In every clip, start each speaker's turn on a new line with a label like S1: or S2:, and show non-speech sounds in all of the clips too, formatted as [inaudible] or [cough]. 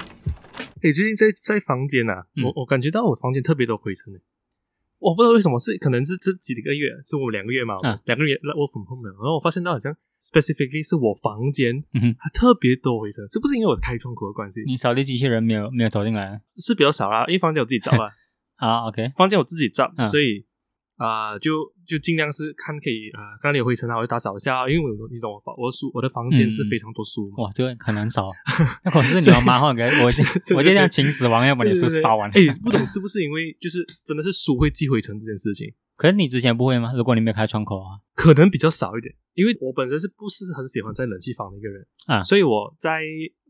S1: 哎、最近在在房间啊，
S2: 嗯
S1: 我我感觉到我房间特别多灰尘诶、我不知道为什么是，可能是这几个月，啊是我两个月嘛，
S2: 嗯
S1: 两个月 work from home 了，然后我发现到好像 specifically 是我房间
S2: 嗯哼，嗯
S1: 它特别多灰尘，是不是因为我开窗口的关系？
S2: 你扫地机器人没有没有投进来
S1: 是比较少啦，因为房间我自己找啦，
S2: 啊？OK，
S1: 房间我自己照，
S2: 嗯
S1: 所以啊、就就尽量是看可以啊，刚、才有灰尘啊，我就打扫一下，因为我你懂我房我书我的房间是
S2: 嗯
S1: 非常多书嘛，
S2: 哇，这个很
S1: [laughs]
S2: 难扫。如果是你妈妈，我给我先
S1: 对
S2: 我就这样秦始皇要把
S1: 对
S2: 你
S1: 对
S2: 书
S1: 对
S2: 扫完。
S1: 哎、不懂是不是因为就是真的是书会积灰尘这件事情，
S2: 可是你之前不会吗？如果你没有开窗口啊，
S1: 可能比较少一点，因为我本身是不是很喜欢在冷气房的一个人
S2: 啊
S1: 所以我在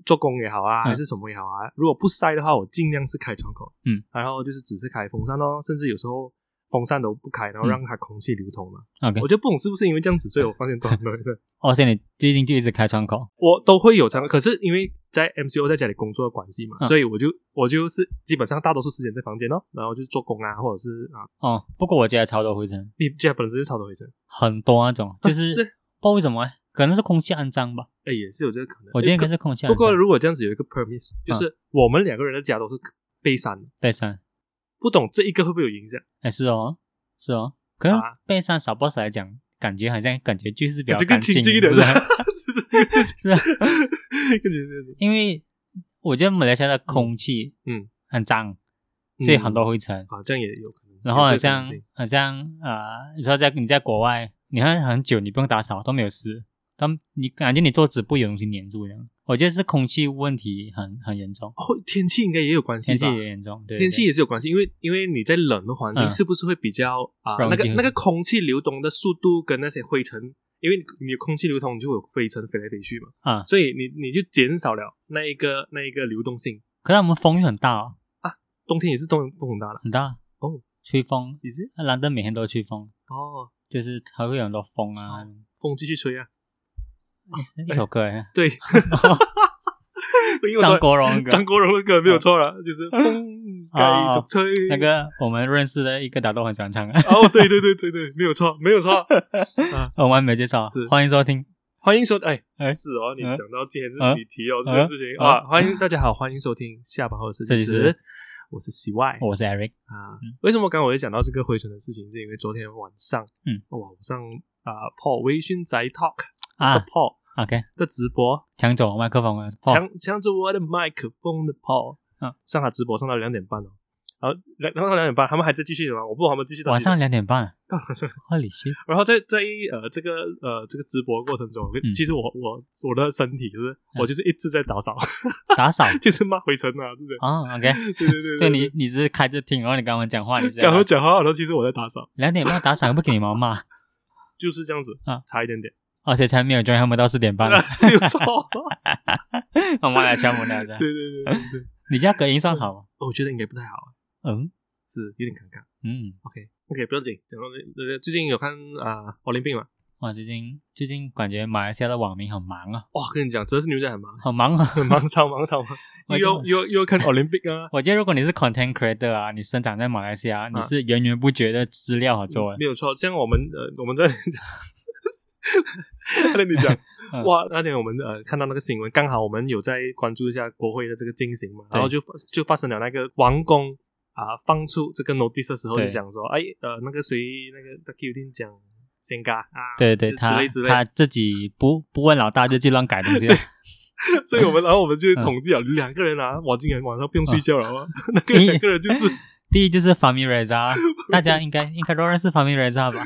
S1: 做工也好啊，
S2: 嗯
S1: 还是什么也好啊，如果不塞的话，我尽量是开窗口，
S2: 嗯，
S1: 然后就是只是开风扇哦，甚至有时候风扇都不开，然
S2: 嗯
S1: 后让它空气流通嘛。
S2: ，OK，
S1: 我就不懂是不是因为这样子，所以我发现多很多人在
S2: 哦，所以你最近就一直开窗口。
S1: 我都会有常，可是因为在 MCO 在家里工作的关系嘛，
S2: 嗯
S1: 所以我就我就是基本上大多数时间在房间哦，然后就是做工啊，或者是啊，
S2: 哦，不过我家也超多灰尘，
S1: 你家本身是超多灰尘，
S2: 很多那种，就是
S1: 啊 [laughs]
S2: 是不知道为什么欸，可能是空气肮脏吧。
S1: 哎、也是有这个可能。
S2: 我觉得应
S1: 哎可
S2: 该是空气肮
S1: 不
S2: 脏。
S1: 过如果这样子有一个 permis，就是
S2: 嗯
S1: 我们两个人的家都是被删的，
S2: 背山，
S1: 不懂这一个会不会有影响？ [laughs]
S2: 哎，是哦，是哦。可是
S1: 啊
S2: 背山少 boss 来讲，感觉好像感觉就是比
S1: 感
S2: 较
S1: 觉
S2: 干
S1: 更
S2: 净，
S1: 清净一点
S2: 是
S1: 的，
S2: 吧
S1: 是是更清 [laughs]
S2: 是啊
S1: 更清净一点
S2: 因为我觉得马来西亚的空气
S1: 嗯
S2: 很脏，
S1: 嗯
S2: 所以很多灰尘。
S1: 啊，这样也有可能。
S2: 然后
S1: 有这
S2: 好
S1: 个可
S2: 像
S1: 能性
S2: 好像啊，你说在你在国外，你看很久你不用打扫都没有事，但你感觉你桌子不有东西粘住一样。我觉得是空气问题很很严重，
S1: 哦，天气应该也有关系
S2: 天气
S1: 吧？
S2: 也严重，对对
S1: 天气也是有关系，因为因为你在冷的环境，
S2: 嗯
S1: 是不是会比较啊、
S2: 容易
S1: 那个
S2: 进
S1: 那个空气流动的速度跟那些灰尘，因为你你空气流通，你就会有灰尘飞来飞去嘛，
S2: 啊。
S1: 所以你你就减少了那一个那一个流动性。
S2: 可是我们风又很大哦，
S1: 冬天也是风风很大了，
S2: 很大
S1: 哦，
S2: 吹风，
S1: 也是
S2: 兰登每天都吹风，
S1: 哦，
S2: 就是还会有很多风啊。
S1: 风继续吹啊，
S2: 一首
S1: [laughs]
S2: 歌欸，
S1: 对，因为我
S2: 张
S1: 昨
S2: 国荣的
S1: [laughs] 张
S2: 歌，
S1: 国荣的歌没有错了，就是风
S2: 啊
S1: 继续吹。
S2: 那个我们认识的一个打斗很喜欢唱，
S1: 哦，对对对对对，没有错，没有错。
S2: 我们没呃介绍
S1: 是，
S2: 欢迎收听。
S1: 欢迎收哎
S2: 哎
S1: 是哦，你
S2: 嗯
S1: 讲到今天是
S2: 嗯
S1: 你提到这件事情
S2: 嗯
S1: 啊，
S2: [laughs]
S1: 欢迎大家好，欢迎收听下班后的设计
S2: 设计
S1: 师
S2: 师，哦
S1: 我是喜外
S2: 我是 Eric，
S1: 啊
S2: 嗯。
S1: 为什么刚刚我会讲到这个灰尘的事情，是因为昨天晚上，
S2: 嗯，
S1: 晚上啊，Paul 微醺宅 Talk 的
S2: 啊
S1: Paul
S2: ，OK，
S1: 的直播，
S2: 抢走麦克风了，哦
S1: 哦抢抢着我的麦克风的 Paul，
S2: 嗯
S1: 上他直播上到两点半哦。然后两然后到两点半，他们还在继续吗？我不懂他们继续到
S2: 晚
S1: 几点
S2: 上两点半啊
S1: [laughs] 到
S2: 哦
S1: 晚上
S2: ，Holy shit，
S1: 然后在在呃这个呃这个直播过程中，
S2: 嗯
S1: 其实我我我的身体是，我就是一直在打扫，
S2: 打扫 [laughs]
S1: 就是骂灰尘啊，对不对？
S2: 啊，OK，
S1: 对对对
S2: 就
S1: 对，
S2: 你你只是开着听，然后你刚刚讲话，你这
S1: 然后
S2: 样
S1: 讲话，然后其实我在打扫，
S2: 两点半打扫，不给你妈
S1: [laughs]
S2: 骂，
S1: 就是这样子
S2: 啊
S1: 差一点点，
S2: 而且才没有 join 他们到四点半，
S1: [laughs] 没有
S2: [laughs]
S1: 错，
S2: 我们来敲门了，这样
S1: 对对对对对，
S2: 你家隔音算好吗？
S1: 我觉得应该不太好，啊
S2: 嗯
S1: 是有点尴尬。
S2: 嗯，
S1: OK OK，不要紧，讲到这呃，最近有看啊奥林匹克嘛？
S2: 哇，最近最近感觉马来西亚的网民很忙啊，
S1: 哇，跟你讲，真的是牛仔很忙，
S2: 很忙啊。 [laughs]
S1: 很忙， [laughs] 超忙超忙，又要又要又要看奥林匹克啊，
S2: 我觉得如果你是 content creator 啊，你生长在马来西亚，你
S1: 啊
S2: 是源源不绝的资料好做的
S1: 没。有错。像我们呃，我们在 [laughs] 那你讲
S2: 嗯
S1: 哇，那天我们呃看到那个新闻，刚好我们有在关注一下国会的这个进行嘛，
S2: 对
S1: 然后就发就发生了那个王宫啊、放出这个 notice 的时候
S2: 对
S1: 就讲说，哎呃那个谁那个 Ducky 定讲先嘎啊，
S2: 对对，
S1: 之
S2: 他
S1: 之类之类
S2: 他自己不不问老大就去乱改东西，
S1: [laughs] 所以我们然后我们就
S2: 嗯
S1: 统计了两个人啊，哇，竟然晚上不用睡觉了哇，那个
S2: 你
S1: 两个人就是
S2: 第一就是 Fami Reza，大家应该应该都认识 Fami Reza 吧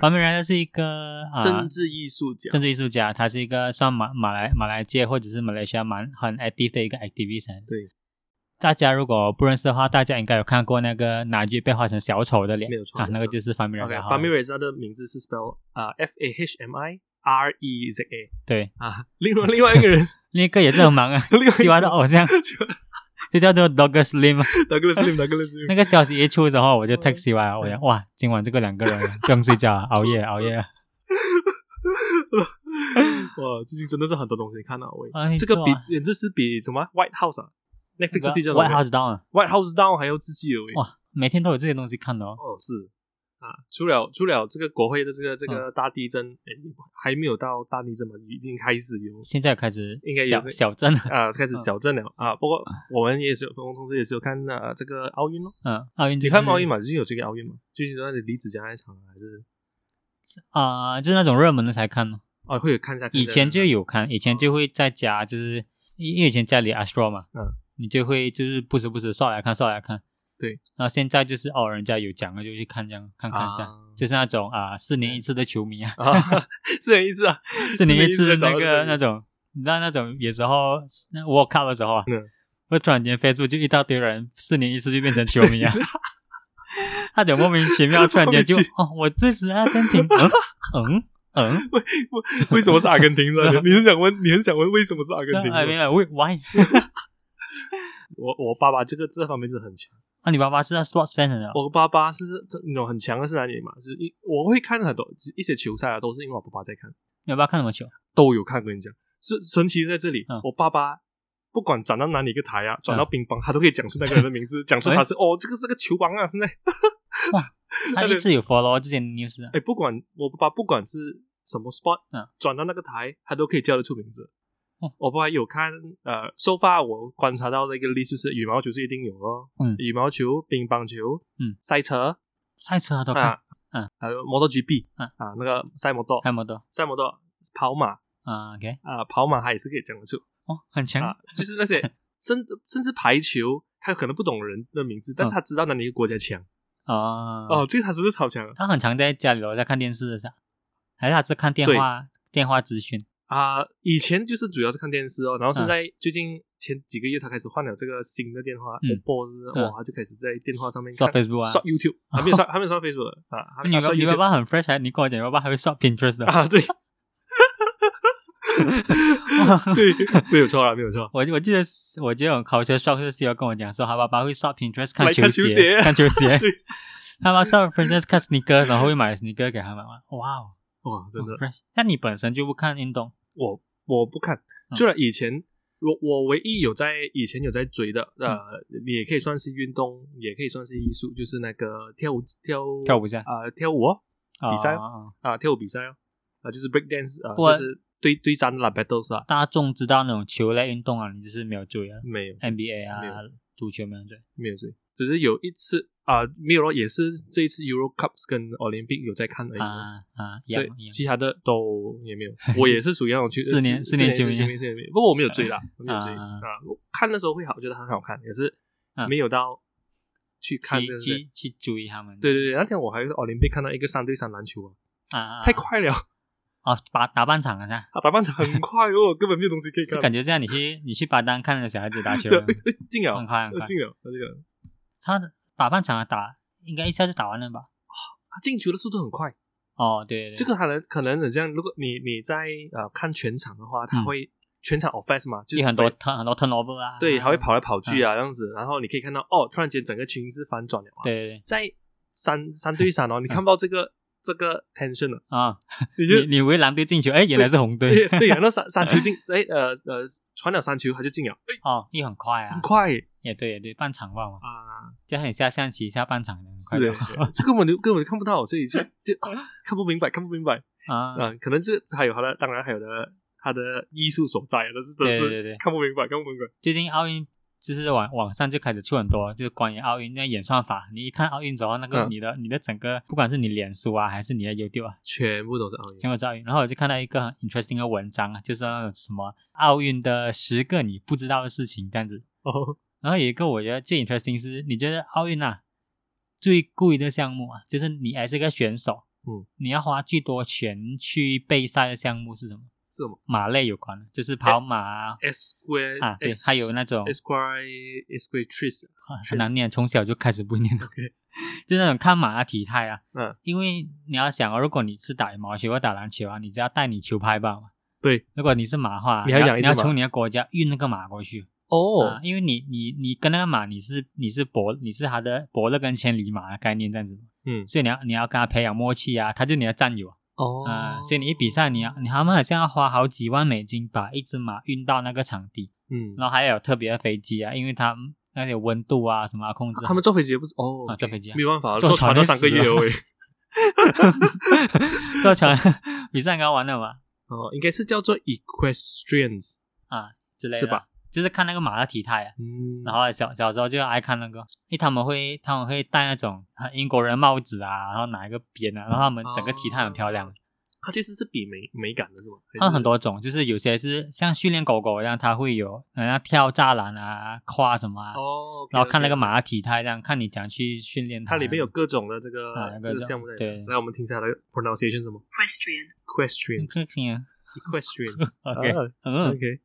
S2: ？Fami Reza 是一个啊、
S1: 政治艺术家，
S2: 政治艺术家，他是一个算马马来马来界或者是马来西亚蛮很 active 的一个 activist。
S1: 对，
S2: 大家如果不认识的话，大家应该有看过那个拿剧被画成小丑的脸，
S1: 没有错
S2: 啊，
S1: 没有
S2: 那个
S1: 错
S2: 就是 Fami
S1: OK，
S2: Reza 哈。
S1: f a m i r e z a 的名字是 spell 啊、F A H M I R E Z A
S2: 对，
S1: 啊，另外 [laughs] 另外一个人，，
S2: 另一个也是很忙啊 [laughs]
S1: 另外一个
S2: 喜欢的偶像
S1: 喜欢
S2: 就叫做啊 Dog Slim。
S1: 哪个 Slim 哪个 Slim，
S2: [laughs] 那个消息一出之后，我就 text 起来，我讲哇，今晚这个两个人不用睡觉
S1: [laughs]
S2: 啊，熬夜熬夜啊。
S1: 哇，最近真的是很多东西看到喂，
S2: 啊你
S1: 这个
S2: 说
S1: 比
S2: 啊
S1: 简直是比什么 White House 啊，Netflix 是叫什么
S2: White House Down 啊，
S1: White House Down 还要刺激了喂。
S2: 哇，每天都有这些东西看的哦。
S1: 哦，是啊，除了除了这个国会的这个这
S2: 嗯
S1: 个大地震，诶还没有到大地震嘛，已经开始有
S2: 现在开始
S1: 应该有
S2: 小
S1: 这
S2: 小镇了，
S1: 啊开始
S2: 嗯
S1: 小震了啊。不过我们也是有，我们同时也是有看呃这个奥运咯。
S2: 嗯，奥运、就
S1: 你
S2: 是、
S1: 看奥运嘛，最近有这个奥运嘛？最近那里离子加那一场啊还是
S2: 啊、就是那种热门的才看咯。
S1: 哦，会有看一下。看一
S2: 以
S1: 下
S2: 前就有看，以前就会在家，就是因因为以前家里 Astro 嘛，
S1: 嗯，
S2: 你就会就是不时不时刷来看刷来看，
S1: 对。
S2: 然后现在就是哦，人家有讲了就去看这样看看一下，
S1: 啊
S2: 就是那种啊四年一次的球迷啊，
S1: 啊， [laughs] 是这意思啊。
S2: [laughs] 四年一次
S1: 的
S2: 那
S1: 找
S2: 个
S1: 到
S2: 那
S1: 这
S2: 种，你知道那种有时候那 World Cup 的时候啊，
S1: 嗯
S2: 会突然间 Facebook 就一大堆人四年一次就变成球迷啊， [laughs] 他就莫名其妙
S1: [laughs]
S2: 突然间就
S1: 莫名其
S2: 哦，我支持阿根廷，嗯嗯嗯，
S1: 为什么是阿根廷
S2: [laughs] 是啊
S1: 呢？你很想问，你很想问为什么是阿
S2: 是
S1: 根廷
S2: 啊，
S1: 呢？
S2: 没有 why？
S1: 我我爸爸这个这方面是很强。
S2: 啊，你爸爸是那 sports fan 的啊
S1: 我爸爸是那种很强的是哪里嘛？是一我会看很多一些球赛啊，都是因为我爸爸在看，
S2: 你爸爸看什么球？
S1: 都有看。跟你讲，是神奇的在这里，
S2: 嗯
S1: 我爸爸不管转到哪里一个台啊，转到乒乓，他都可以讲出那个人的名字，讲
S2: 哎
S1: 出他是哦，这个是个球王啊，现在。
S2: 他一直有 follow 之前的 news 啊
S1: 哎，不管我爸爸不管是什么 spot，、
S2: 嗯
S1: 转到那个台，他都可以叫得出名字。
S2: 哦
S1: 我爸爸有看，呃，so far 我观察到的一个例就是羽毛球是一定有哦，
S2: 嗯
S1: 羽毛球、乒乓球，
S2: 嗯，
S1: 赛车
S2: 赛车他都看，
S1: 啊，
S2: 嗯，
S1: 还有摩托 GP，
S2: 嗯
S1: 啊，那个赛摩托，
S2: 看不多
S1: 赛摩托跑马
S2: 啊，OK，
S1: 啊，跑马他也是可以讲得出
S2: 哦，很强
S1: 啊，就是那
S2: [laughs]
S1: 些甚甚至排球，他可能不懂人的名字，
S2: 嗯
S1: 但是他知道哪里一个国家强
S2: 哦
S1: 哦，这个他真是超强啊
S2: 他很常在家里哦，在看电视的噻，还是他是看电话电话资讯
S1: 啊、以前就是主要是看电视哦，然后现
S2: 嗯
S1: 在最近前几个月他开始换了这个新的电话
S2: 嗯
S1: ，OPPO 是不是
S2: 嗯
S1: 哇，他就开始在电话上面
S2: 刷
S1: 看
S2: Facebook 啊
S1: 刷 YouTube，还没有刷，还没有刷 Facebook 了啊，还没
S2: 你
S1: 有
S2: 爸
S1: 刷
S2: 你爸
S1: YouTube
S2: 爸很 fresh，还你哎跟我讲，你爸爸还会刷
S1: [laughs]
S2: Pinterest 的。
S1: 啊，对，
S2: [laughs]
S1: 对，没有错了，没有错，
S2: 我我记得我记得我 culture shock 是室友跟我讲说，他爸爸会刷 Pinterest 看
S1: 来看
S2: 球
S1: 球鞋
S2: 看球鞋
S1: [laughs] 对，
S2: [laughs] 他爸刷 Pinterest 看 sneaker，然后会买 sneaker 给他妈妈。哇哦，
S1: 哇，真的
S2: 很，fresh。那你本身就不看运动
S1: 我我不看
S2: 嗯，
S1: 除了以前。我我唯一有在以前有在追的，呃，
S2: 嗯
S1: 你也可以算是运动，也可以算是艺术，就是那个跳舞跳
S2: 跳舞下
S1: 啊、跳舞哦，比赛
S2: 哦哦哦
S1: 啊、跳舞比赛哦，啊、就是 break dance 啊、
S2: 不过
S1: 就是对对战的啦 battles 啊，
S2: 大众知道那种球类运动啊，你就是没有追啊
S1: 没有
S2: ，NBA
S1: 没有
S2: 啊，足球没有追。
S1: 没有追，只是有一次啊、没有咯，也是这一次 Euro Cups 跟 Olympic 有在看而已咯。
S2: 啊啊，一
S1: 所
S2: 样
S1: 以
S2: 一样
S1: 其他的都也没
S2: [laughs]
S1: 有，我也是属于那种去呃
S2: 四年
S1: 四
S2: 四年
S1: 四
S2: 球迷
S1: 年四年球迷不过我没有追啦，我没有追
S2: 啊
S1: 啊。我看的时候会好，觉得很好看，也是
S2: 啊
S1: 没有到去看这
S2: 去
S1: 个。
S2: 去去追他们。
S1: 对对对，那天我还哦在 Olympic 看到一个三对三篮球啊，
S2: 啊啊，啊
S1: 太快了，
S2: 哦，打打半场了是吧？
S1: 啊，打扮场很快哦， [laughs] 根本没有东西可以
S2: 就
S1: 看。
S2: 感觉这样，你去你去把单看着小孩子打球
S1: [laughs]
S2: 啊
S1: 就，哎哎进了，
S2: 很快嗯
S1: 呃
S2: 很快。
S1: 进了，呃进了。
S2: 他打半场啊打，应该一下就打完了吧？
S1: 他进球的速度很快，
S2: 哦，对对，
S1: 这个可能可能很像，如果你你在呃看全场的话，他
S2: 嗯
S1: 会全场 offense 嘛，就是
S2: 有很多
S1: 非
S2: turn 很多 turnover 啊，
S1: 对，还会，跑来跑去啊这样子，然后你可以看到哦，突然间整个情势翻转了啊，
S2: 对嗯对对
S1: 在三三对三哦，你看不到这个这个 tension 了，
S2: 啊，
S1: 你就
S2: 你你以为蓝队进球，哎，原来是红队，
S1: 对对，然后三三球进，哎呃呃传了三球他就进了，哎
S2: 哦，也很快啊
S1: 很，快
S2: 也对也对，半场吧嘛，
S1: 啊，
S2: 就很下象棋下半场的，很快
S1: 是的
S2: 的，
S1: 这根本就根本就看不到，所以
S2: [laughs]
S1: 就就啊看不明白，看不明白。
S2: 啊，
S1: 嗯，可能这还有他的，当然还有的他的艺术所在，啊但是真的
S2: 对对对
S1: 是看不明白，看不明白。
S2: 最近奥运。就是网网上就开始出很多，就是关于奥运那演算法。你一看奥运之后，那个
S1: 嗯
S2: 你的、你的整个，不管是你脸书啊，还是你的 YouTube 啊，
S1: 全部都是奥运
S2: 全部照应。然后我就看到一个很 interesting 的文章啊，就是那种什么奥运的十个你不知道的事情这样子。
S1: 哦，
S2: 然后有一个我觉得最 interesting 是，你觉得奥运啊最贵的项目啊，就是你还是个选手，
S1: 嗯，
S2: 你要花最多钱去备赛的项目是什么？
S1: 是什么
S2: 马类有关的，就是跑马啊，
S1: ？S square
S2: 啊对，还有那种
S1: S square S square trees
S2: 啊很难念，从小就开始
S1: [laughs]
S2: 不念了。 [laughs] 就那种看马的体态啊，
S1: 嗯，
S2: 因为你要想哦，如果你是打羽毛球或打篮球啊，你只要带你球拍吧嘛。
S1: 对，
S2: 如果你是马的话，
S1: 你还
S2: 要
S1: 养一
S2: 你要
S1: 只马
S2: 从你的国家运那个马过去啊
S1: 哦，
S2: 因为你你你跟那个马你是你是伯你是他的伯乐跟千里马的概念这样子，
S1: 嗯
S2: 所以你要你要跟他培养默契啊，他就你的战友啊啊
S1: 哦，
S2: 所以你一比赛你要你他们好像要花好几万美金把一只马运到那个场地，
S1: 嗯，
S2: 然后还有特别的飞机啊，因为他们那些温度啊什么啊控制好，
S1: 他们坐飞机也不是哦
S2: 啊，坐飞机啊
S1: 没有办法，
S2: 坐
S1: 坐船
S2: 船就
S1: 都三个
S2: 死
S1: 月
S2: [laughs] 了
S1: 哦，喂
S2: 多长 [laughs] 比赛应该完了吧？
S1: 哦，应该是叫做 equestrians
S2: 啊之类的，
S1: 是吧？
S2: 就是看那个马的体态啊。
S1: 嗯，
S2: 然后小小时候就爱看那个，因为他们会他们会戴那种啊英国人帽子啊，然后拿一个边
S1: 嗯
S2: 啊，然后他们整个体态很漂
S1: 哦
S2: 亮。
S1: 啊它其实是比美美感的是吗？还
S2: 它
S1: 是
S2: 很多种，就是有些是像训练狗狗一样，它会有好像跳栅栏啊、跨什么啊，
S1: 哦，OK，OK，
S2: 然后看那个马的体态，这样看你怎样去训练
S1: 它里面有
S2: 嗯
S1: 各种的这个、
S2: 啊有各
S1: 这个
S2: 种
S1: 项目在里面。
S2: 对
S1: 来，我们听一下它的 pronunciation 什么
S3: Equestrian.
S1: ？questions
S2: 这个呀
S1: questions
S2: [laughs] OK 啊
S1: 啊
S2: 嗯
S1: OK。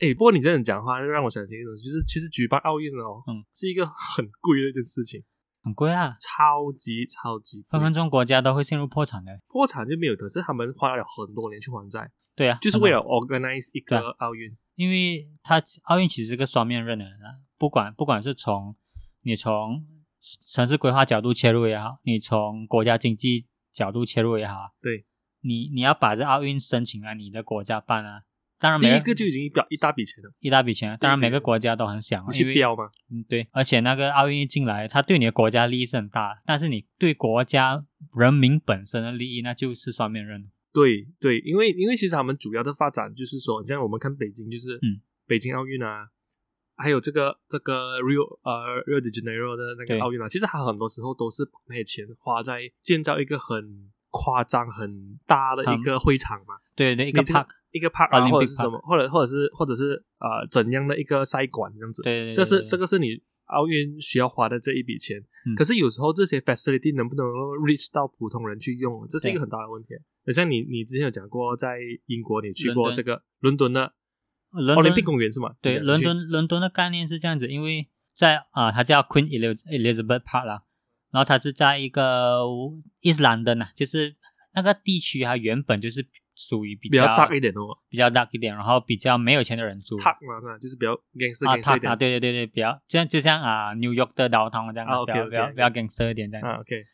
S1: 哎、 [laughs] 不过你这样讲话，让我想起一个东西，就是其实举办奥运哦，
S2: 嗯，
S1: [laughs] 是一个很贵的一件事情，
S2: 很贵啊，
S1: 超级超级贵
S2: 分分钟国家都会陷入破产的。
S1: 破产就没有，可是他们花了很多年去还债，
S2: 对啊，
S1: 就是
S2: 很
S1: 为
S2: 多
S1: 了 organize 一
S2: 对
S1: 个奥运。
S2: 因为它奥运其实是个双面刃的，啊不管不管是从你从城市规划角度切入也好，你从国家经济角度切入也好，
S1: 对，
S2: 你你要把这奥运申请来你的国家办啊。当然
S1: 第
S2: 每，
S1: 一个就已经一表一大笔钱了，
S2: 一大笔钱啊，
S1: 这
S2: 当然
S1: 一
S2: 每
S1: 笔
S2: 个国家都很想啊，
S1: 你
S2: 因
S1: 去
S2: 为
S1: 标嘛，
S2: 嗯对，而且那个奥运一进来，它对你的国家利益是很大，但是你对国家人民本身的利益那就是双面刃。
S1: 对对，因为因为其实他们主要的发展就是说，像我们看北京，就是
S2: 嗯
S1: 北京奥运啊，还有这个这个 Rio 呃 Rio de Janeiro 的那
S2: 对
S1: 个奥运啊，其实它很多时候都是把那些钱花在建造一个很夸张、很大的一个会场嘛，
S2: 对对，一个
S1: 你这个
S2: park，
S1: 一个 park 啊，
S2: 嗯 Olympic
S1: 或者是什么，或者或者是或者是呃怎样的一个赛馆这样子，
S2: 对对对，
S1: 这是
S2: 对
S1: 这个是你奥运需要花的这一笔钱。
S2: 嗯
S1: 可是有时候这些 facility 能不能够 reach 到普通人去用，这是一个
S2: 对
S1: 很大的问题。很像你，你之前有讲过，在英国你去过
S2: 伦敦
S1: 这个伦敦的
S2: 伦
S1: 奥林
S2: 敦
S1: 匹克公园是吗？
S2: 对，
S1: 你讲你
S2: 伦
S1: 去
S2: 敦伦敦的概念是这样子，因为在啊、它叫 Queen Eliz- Elizabeth Park 啦，然后它是在一个伊斯兰的呢，就是那个地区它原本就是属于比
S1: 比
S2: 较
S1: 较大一点哦，
S2: 比较大一点，然后比较没有钱的人住。
S1: 塔嘛是吧？就是比较 gangster
S2: 啊
S1: gangster
S2: 他
S1: 一点
S2: 啊，对对对对，比较这样就像啊，New York 的 downtown 这样，
S1: 啊
S2: 比较
S1: OK，OK，
S2: 比较
S1: OK
S2: 比较 gangster 一点这样。
S1: 啊，OK，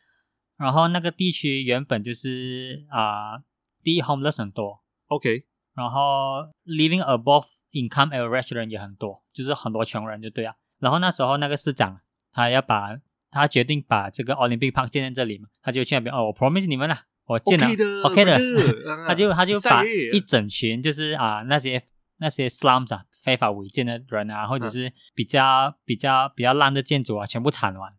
S2: 然后那个地区原本就是啊，第一 homeless 很多，
S1: OK，
S2: 然后 living above income average 的人也很多，就是很多穷人就对啊。然后那时候那个市长他要把他决定把这个 Olympic Park 建在这里嘛，他就去那边哦，我 promise 你们啦，我建了
S1: OK 的
S2: OK 的
S1: brother，啊
S2: [laughs] 他就他就
S1: 晒
S2: 把
S1: 耶
S2: 一整群就是啊那些那些 slums 啊非法违建的人啊，
S1: 嗯
S2: 或者是比较比较比较烂的建筑啊，全部铲完。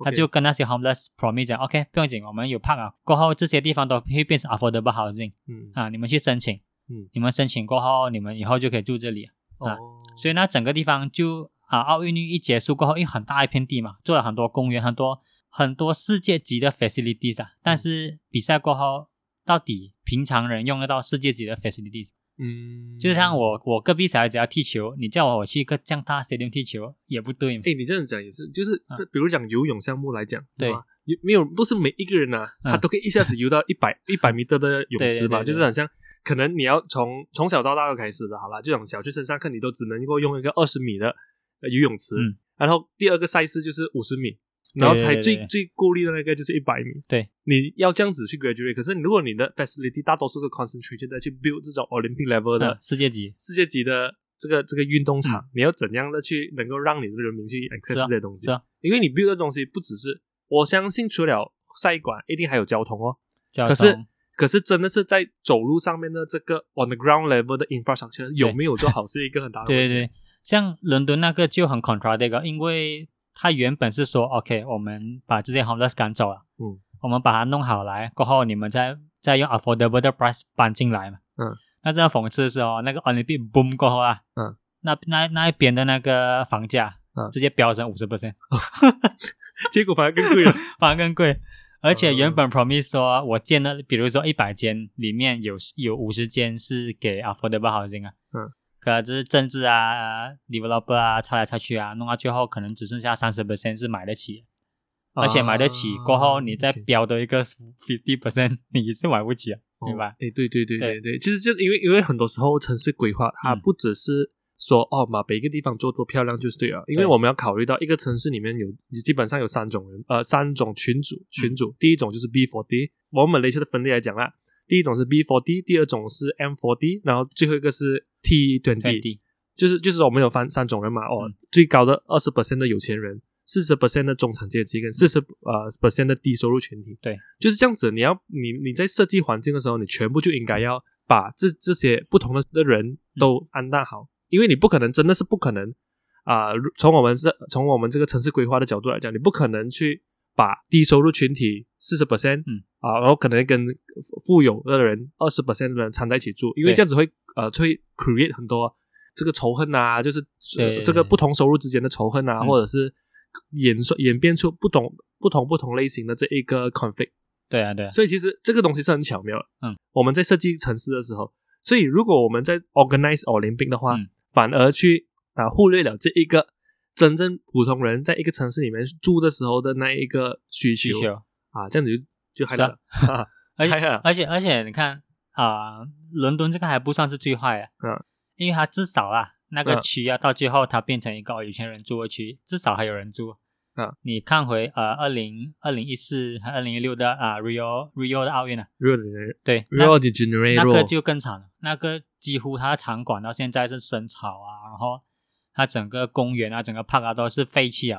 S2: 他
S1: OK
S2: 就跟那些 homeless promise 讲，OK，不用紧，我们有 park 啊，过后这些地方都会变成 affordable housing
S1: 嗯
S2: 啊，你们去申请，
S1: 嗯
S2: 你们申请过后，你们以后就可以住这里。啊
S1: 哦，
S2: 所以呢，整个地方就啊，奥运一结束过后，因为很大一片地嘛，做了很多公园，很多很多世界级的 facilities
S1: 嗯
S2: 啊。但是比赛过后，到底平常人用得到世界级的 facilities？
S1: 嗯，
S2: 就像我我隔壁小孩子要踢球，你叫我我去一个降大 stadium 踢球也不对嘛。
S1: 哎，你这样讲也是，就是
S2: 啊
S1: 比如讲游泳项目来讲，
S2: 对
S1: 是吧？有没有不是每一个人啊，
S2: 嗯
S1: 他都可以一下子游到一百一百米的的泳池吧？
S2: 对对对对
S1: 就是好像可能你要从从小到大就开始的，好啦，就讲小学生上课你都只能够用一个二十米的呃游泳池，
S2: 嗯
S1: 然后第二个赛事就是五十米。然后才
S2: 对对对
S1: 最
S2: 对
S1: 最孤立的那个就是一百米，
S2: 对，
S1: 你要这样子去 graduate。可是如果你的 facility 大多数是 concentration 在去 build 这种 Olympic level 的
S2: 嗯世界级
S1: 世界级的这个这个运动场，你要怎样的去能够让你的人民去 access
S2: 嗯是啊
S1: 这些东西？
S2: 是啊
S1: 因为你 build 的东西不只是，我相信除了赛馆，一定还有交通哦。
S2: 交
S1: 可
S2: 通，
S1: 是可是真的是在走路上面的这个 on the ground level 的 infrastructure 有没有做好是一个很大的问
S2: 对
S1: 题。
S2: 对对，像伦敦那个就很 contradict，因为他原本是说 OK，我们把这些 homeless 赶走了，
S1: 嗯，
S2: 我们把它弄好来过后，你们再再用 affordable 的 price 搬进来嘛，
S1: 嗯。
S2: 那这样讽刺的是哦，那个 Olympic boom 过后啊，
S1: 嗯，
S2: 那那那一边的那个房价，
S1: 嗯
S2: 直接飙升五十 percent， [laughs]
S1: 结果反而更贵了。
S2: 反而更贵。而且
S1: 嗯
S2: 原本 promise 说，我建了，比如说一百间，里面有有五十间是给 affordable housing 啊，
S1: 嗯，
S2: 可就是政治啊、developer 啊，拆来拆去啊，弄到最后可能只剩下三十 percent 是买得起， [laughs]
S1: 啊
S2: 而且买得起过后，你再标多一个 fifty percent，你是买不起啊，明白？
S1: 哎，对对对对
S2: 对
S1: 对，其实就因为因为很多时候城市规划它
S2: 嗯
S1: 不只是说、哦，把每一个地方做多漂亮就是对了，因为
S2: 对
S1: 我们要考虑到一个城市里面有基本上有三种人，呃，三种群组群
S2: 嗯
S1: 组，第一种就是 B for D，我们雷车的分类来讲啦，第一种是 B for D，第二种是 M for D，然后最后一个是 T
S2: 对
S1: twenty，
S2: 地
S1: 就是就是我们有三三种人嘛，哦，
S2: 嗯
S1: 最高的二十 percent 的有钱人，四十 percent 的中产阶级跟四十呃 percent 的低收入群体，
S2: 对，
S1: 就是这样子。你要你你在设计环境的时候，你全部就应该要把这这些不同的的人都安顿好，因为你不可能真的是不可能啊、如从我们这从我们这个城市规划的角度来讲，你不可能去把低收入群体四十 percent，
S2: 嗯
S1: 啊，然后可能跟富富有的人二十 percent 的人掺在一起住，因为
S2: 对
S1: 这样子会呃会 create 很多这个仇恨啊，就是
S2: 对对
S1: 呃这个
S2: 对
S1: 不同收入之间的仇恨啊，
S2: 嗯
S1: 或者是演算演变出不同不同不同类型的这一个 conflict。
S2: 对啊，对啊，
S1: 所以其实这个东西是很巧妙的。
S2: 嗯，
S1: 我们在设计城市的时候，所以如果我们在 organize Olympic 的话，
S2: 嗯
S1: 反而去啊忽略了这一个真正普通人在一个城市里面住的时候的那一个需
S2: 需
S1: 求
S2: 求。
S1: 啊，这样子就就害
S2: 是啊哎
S1: 了，哈哈
S2: 而且
S1: 嗨啊
S2: 而且而且你看啊、伦敦这个还不算是最坏的，
S1: 嗯，
S2: 因为它至少啊那个
S1: 嗯
S2: 区啊，到最后它变成一个哦有钱人住的区，至少还有人住。
S1: 嗯，
S2: 你看回呃二零二零一四还二零一六的啊、Rio Rio 的奥运啊，
S1: 热的人
S2: 对，那
S1: 热的 g e n e r a
S2: 那
S1: t
S2: 个就更惨了，那个几乎它的场馆到现在是生草啊，然后它整个公园啊、整个 park 啊都是废弃了。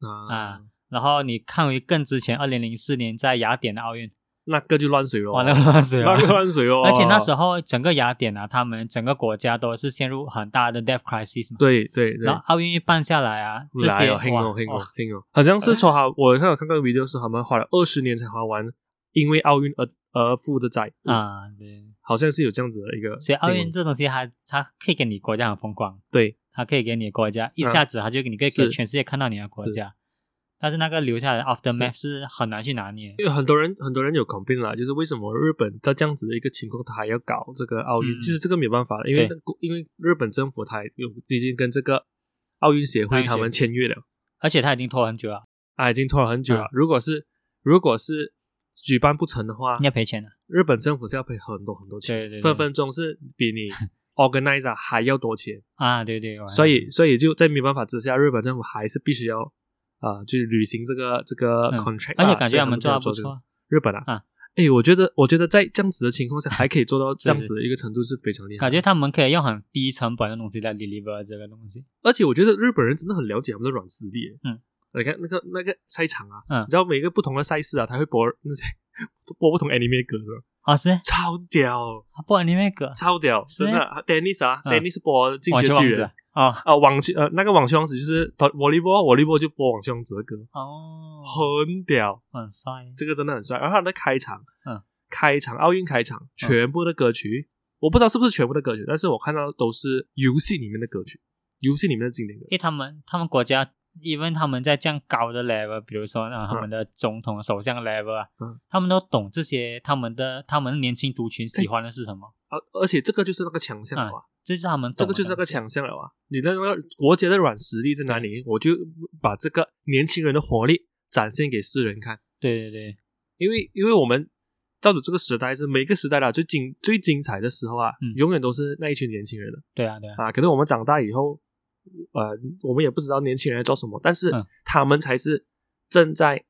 S1: 啊
S2: 啊，然后你看回更之前，二零零四年在雅典的奥运，
S1: 那个就乱水咯，
S2: 哇，那个 [laughs] 乱水了
S1: [laughs] 那个乱水哦，
S2: 而且那时
S1: 候
S2: 候整个雅典啊，他们整个国家都是陷入很大的 debt crisis 嘛。。
S1: 对对对
S2: 然后。奥运一办下来啊，这
S1: 来
S2: 些
S1: 哦，黑
S2: 哇
S1: 哦黑哦
S2: 哇哎
S1: 黑哦，好像是说哈，我看有看过 video 是他们花了二十年才还完，因为奥运而呃而负的债，
S2: 啊，对。
S1: 好像是有这样子的一个
S2: 所
S1: 新
S2: 以
S1: 闻。
S2: 奥运这东西它，它可以给你国家很风光，
S1: 对嗯
S2: 它可以给你国家一下子，它就给你可以给
S1: 是
S2: 全世界看到你的国家。但是那个留下来的 aftermath 是很难去拿捏。
S1: 因为很多人很多人有 complain 啦，就是为什么日本在这样子的一个情况，他还要搞这个奥运？
S2: 嗯
S1: 其实这个没有办法，因为
S2: 对
S1: 因为日本政府他有已经跟这个奥运协
S2: 奥
S1: 会
S2: 运协
S1: 他
S2: 会
S1: 们签约了，
S2: 而且它已经拖很久了，
S1: 啊，已经拖了很久了。
S2: 嗯
S1: 如果是如果是举办不成的话，
S2: 你要赔钱的。
S1: 日本政府是要赔很多很多钱，
S2: 对对对
S1: 分分钟是比
S2: [laughs]
S1: 你 organizer 还要多钱。
S2: 啊，对对。我还
S1: 所以，所以就在没办法之下，日本政府还是必须要啊、呃去履行这个这个
S2: 嗯
S1: contract 啦、
S2: 而且感
S1: 啊所
S2: 觉
S1: 以
S2: 我们
S1: 就
S2: 做
S1: 要
S2: 的不
S1: 这个
S2: 错。
S1: 日本啊，
S2: 啊
S1: 哎，我觉得，我觉得在这样子的情
S2: [laughs]
S1: 况下，还可以做到这样
S2: 是是
S1: 子的一个程度是非常厉害的。
S2: 感觉他们可以用很低成本的东西来 deliver 这个东西。
S1: 而且我觉得日本人真的很了解他们的软实力。
S2: 嗯，
S1: 你看那个那个赛场啊，
S2: 嗯
S1: 你知道每个不同的赛事啊，他会播那些 [laughs] 播不同 anime 歌的，
S2: 啊，是
S1: 超屌，
S2: 啊不然你那个
S1: 超屌，
S2: 是
S1: 真的。啊 Dennis 啊、d
S2: 嗯
S1: e n n i s 播进
S2: 网
S1: 击
S2: 球
S1: 的巨
S2: 王子
S1: 人
S2: 啊。哦
S1: 啊，网球呃那个网球王子就是他 volleyball volleyball 就播网球王子的歌，
S2: 哦，
S1: 很屌，
S2: 很帅
S1: 这个真的很帅。然后他的开场，
S2: 嗯，
S1: 开场奥运开场全部的歌曲，我不知道是不是全部的歌曲，但是我看到都是游戏里面的歌曲，游戏里面的经典歌
S2: 因。为他们他们国家，因为他们在这样高的 level，比如说啊，他们的总统、首相 level 啊
S1: 嗯，
S2: 他们都懂这些，他们的他们年轻族群喜欢的是什么，
S1: 啊，而且这个就是那个强项了啊，
S2: 这是他们
S1: 这
S2: 嗯懂
S1: 个
S2: 的
S1: 就是那个
S2: 东西
S1: 强项了啊。你的那个国家的软实力在哪里？
S2: 嗯
S1: 我就把这个年轻人的活力展现给世人看。
S2: 对对对，
S1: 因为因为我们到了这个时代是每个时代啦，最精最精彩的时候啊，
S2: 嗯
S1: 永远都是那一群年轻人的
S2: 对啊对啊，
S1: 啊。可能我们长大以后，呃，我们也不知道年轻人在做什么，但是
S2: 嗯
S1: 他们才是正在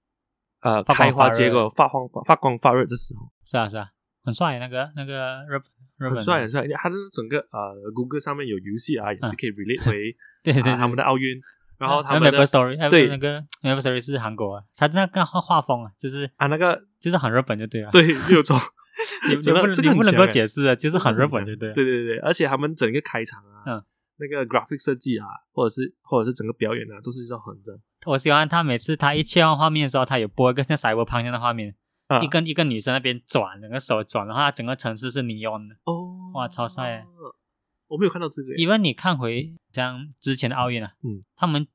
S1: 呃
S2: 发光
S1: 开花
S2: 发热
S1: 结果、发光发光发热的时候，
S2: 是啊是啊，很帅那个那个日日本
S1: 很帅很帅。他的整个呃，Google 上面有游戏啊，也是可以 relate 回、
S2: 嗯 [laughs] 对对
S1: 啊
S2: 对
S1: 他们的奥运，然后他
S2: 那
S1: 们的
S2: Maple Story
S1: 对
S2: 对那个 Maple Story 是韩国啊，他那个画画风啊，就是
S1: 啊那个
S2: 就是很日本就对了，
S1: 对六种
S2: 你，
S1: [laughs]
S2: [laughs] 你
S1: 真的
S2: 不能
S1: 这个
S2: 你
S1: 很
S2: 不能
S1: 强
S2: 够
S1: 欸
S2: 解释啊，就是很日本
S1: 强
S2: 就对了，
S1: 对对对，而且他们整个开场啊，
S2: 嗯
S1: 那个 graphic 设计啊，或者是或者是整个表演啊，都是一种很正。
S2: 我喜欢他每次他一切换画面的时候，他有播一个像 Cyberpunk 一样的画面，
S1: 啊
S2: 一根一个女生那边转，整个手转，然后他整个城市是 neon 的。
S1: 哦
S2: 哇超帅欸！
S1: 我没有看到这个欸，
S2: 因为你看回像之前的奥运啊，
S1: 嗯，
S2: 他们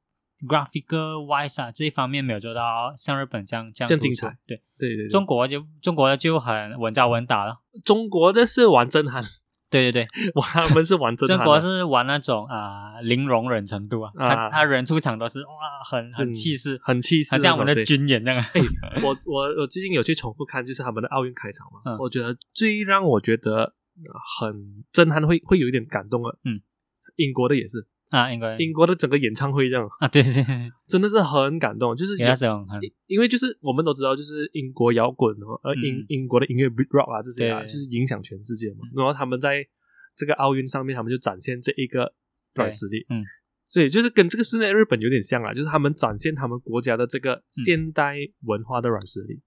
S2: graphical wise 啊这一方面没有做到像日本这样这样
S1: 这样
S2: 突
S1: 精
S2: 出
S1: 彩。
S2: 对，
S1: 对对对，
S2: 中国就中国就很稳扎稳打了。
S1: 中国的是玩震撼，
S2: 对对对，
S1: [laughs] 哇，他们是玩啊震撼
S2: 中
S1: 的，
S2: 国是玩那种啊、零容忍程度啊，
S1: 啊
S2: 他他人出场都是哇很
S1: 嗯
S2: 很气势，
S1: 很气势
S2: 很
S1: 那种，
S2: 像我们的
S1: 对
S2: 军演
S1: [laughs]
S2: 那样啊。
S1: 哎我我我最近有去重复看，就是他们的奥运开场嘛，
S2: 嗯
S1: 我觉得最让我觉得呃很震撼，会会有一点感动的，啊
S2: 嗯，
S1: 英国的也是，
S2: 啊，应该
S1: 英国的整个演唱会这样，
S2: 啊，对对
S1: [laughs]
S2: 对，
S1: 真的是很感动，就是
S2: 有
S1: 有
S2: 那种很
S1: 因因为就是我们都知道，就是英国摇滚哦，呃，英
S2: 嗯
S1: 英国的音乐 Brit rock 啊这些啊，
S2: 对
S1: 就是影响全世界嘛
S2: 嗯。
S1: 然后他们在这个奥运上面，他们就展现这一个软实力。
S2: 对嗯，
S1: 所以就是跟这个室内日本有点像啊，就是他们展现他们国家的这
S2: 嗯
S1: 个现代文化的软实力、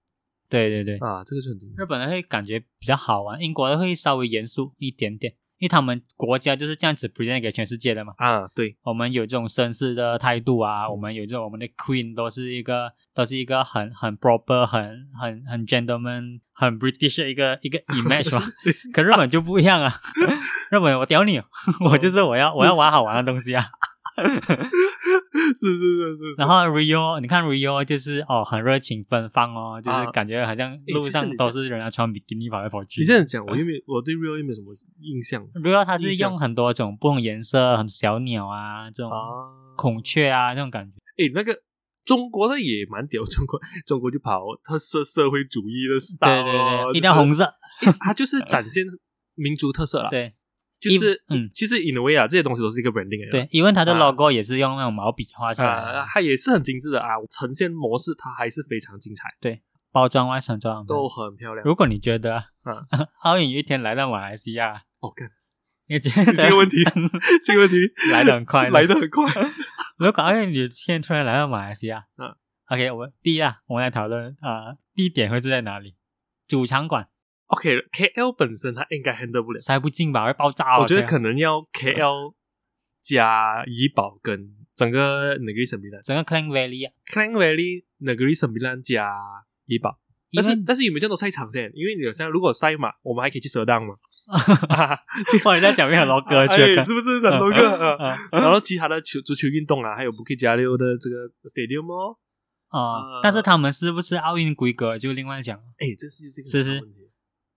S2: 对对对，
S1: 啊，这个就很精彩。
S2: 日本人会感觉比较好玩，英国人会稍微严肃一点点，因为他们国家就是这样子 present 给全世界的嘛。
S1: 啊，
S2: [laughs]
S1: 对，
S2: 我们有这种绅士的态度啊，
S1: 嗯
S2: 我们有这种我们的 queen 都是一个都是一个很很 proper、很很很 gentleman、很 British 的一个
S1: [laughs]
S2: 一个 image 嘛。可日本就不一样啊，日本我屌你哦，我就是我要
S1: 是
S2: 我要玩好玩的东西啊。
S1: 是是是是。
S2: 然后 Rio，你看 Rio 就是哦很热情奔放哦，就是
S1: 啊
S2: 感觉好像
S1: 其
S2: 路
S1: 实
S2: 上
S1: 你
S2: 都
S1: 这
S2: 是人家穿比基尼跑来跑去。
S1: 你这样讲，我又没我对 Rio 又没有什么印象
S2: Rio 它是
S1: 印象
S2: 用很多种不同颜色，很小鸟啊这种。
S1: 啊。
S2: 孔雀啊，那种感觉，
S1: 诶，那个中国的也蛮屌，中国中国就跑特色社会主义的 style，
S2: 对对
S1: 哦
S2: 对，
S1: 就
S2: 一定要
S1: 是
S2: 红色，
S1: 诶它
S2: [laughs]
S1: 就是展现民族特色啦。，
S2: 对
S1: 就是
S2: 嗯
S1: 其实 in a way 啊，这些东西都是一个 branding 来的。
S2: 对，因为它的
S1: 啊
S2: logo 也是用那种毛笔画出来的，
S1: 啊，它也是很精致的啊，呈现模式它还是非常精彩，
S2: 包装外散装
S1: 都很漂亮。
S2: 如果你觉得
S1: 嗯
S2: [laughs] 奥运有一天来到马来西亚，
S1: 哦，看
S2: 你觉
S1: [laughs] 你 [laughs] 这个
S2: 得
S1: 问题，这个问题
S2: [laughs] 来得很 [laughs] 快呢
S1: 来的很快。
S2: 如果奥运有一天突然来到马来西亚，
S1: 嗯
S2: ，OK，我们第一啊，我们来讨论啊、呃地点会是在哪里？主场馆
S1: OK，KL 本身它应该 handle 不了，
S2: 塞不进吧，会爆炸哦。
S1: 我觉得
S2: 这样
S1: 可能要 KL 加怡保跟整个 Negeri Sembilan、
S2: 整个 Klang Valley 啊，
S1: Klang Valley、Negeri Sembilan 加怡保。
S2: 因
S1: 但
S2: 为
S1: 是但是有没有这样多赛场先？因为你有像如果赛马，我们还可以去蛇
S2: [laughs]
S1: 档嘛， [laughs]
S2: 不然人家讲面很 logo
S1: 哎
S2: 缺
S1: 是不是很多个？啊
S2: 啊
S1: 然后其他的球足球运动啊，还有 Bukit Jalil 的这个 stadium 哦，
S2: 啊！但是他们是不是奥运规格就另外讲，
S1: 哎，这是就是一个
S2: 是
S1: 很大
S2: 是
S1: 问题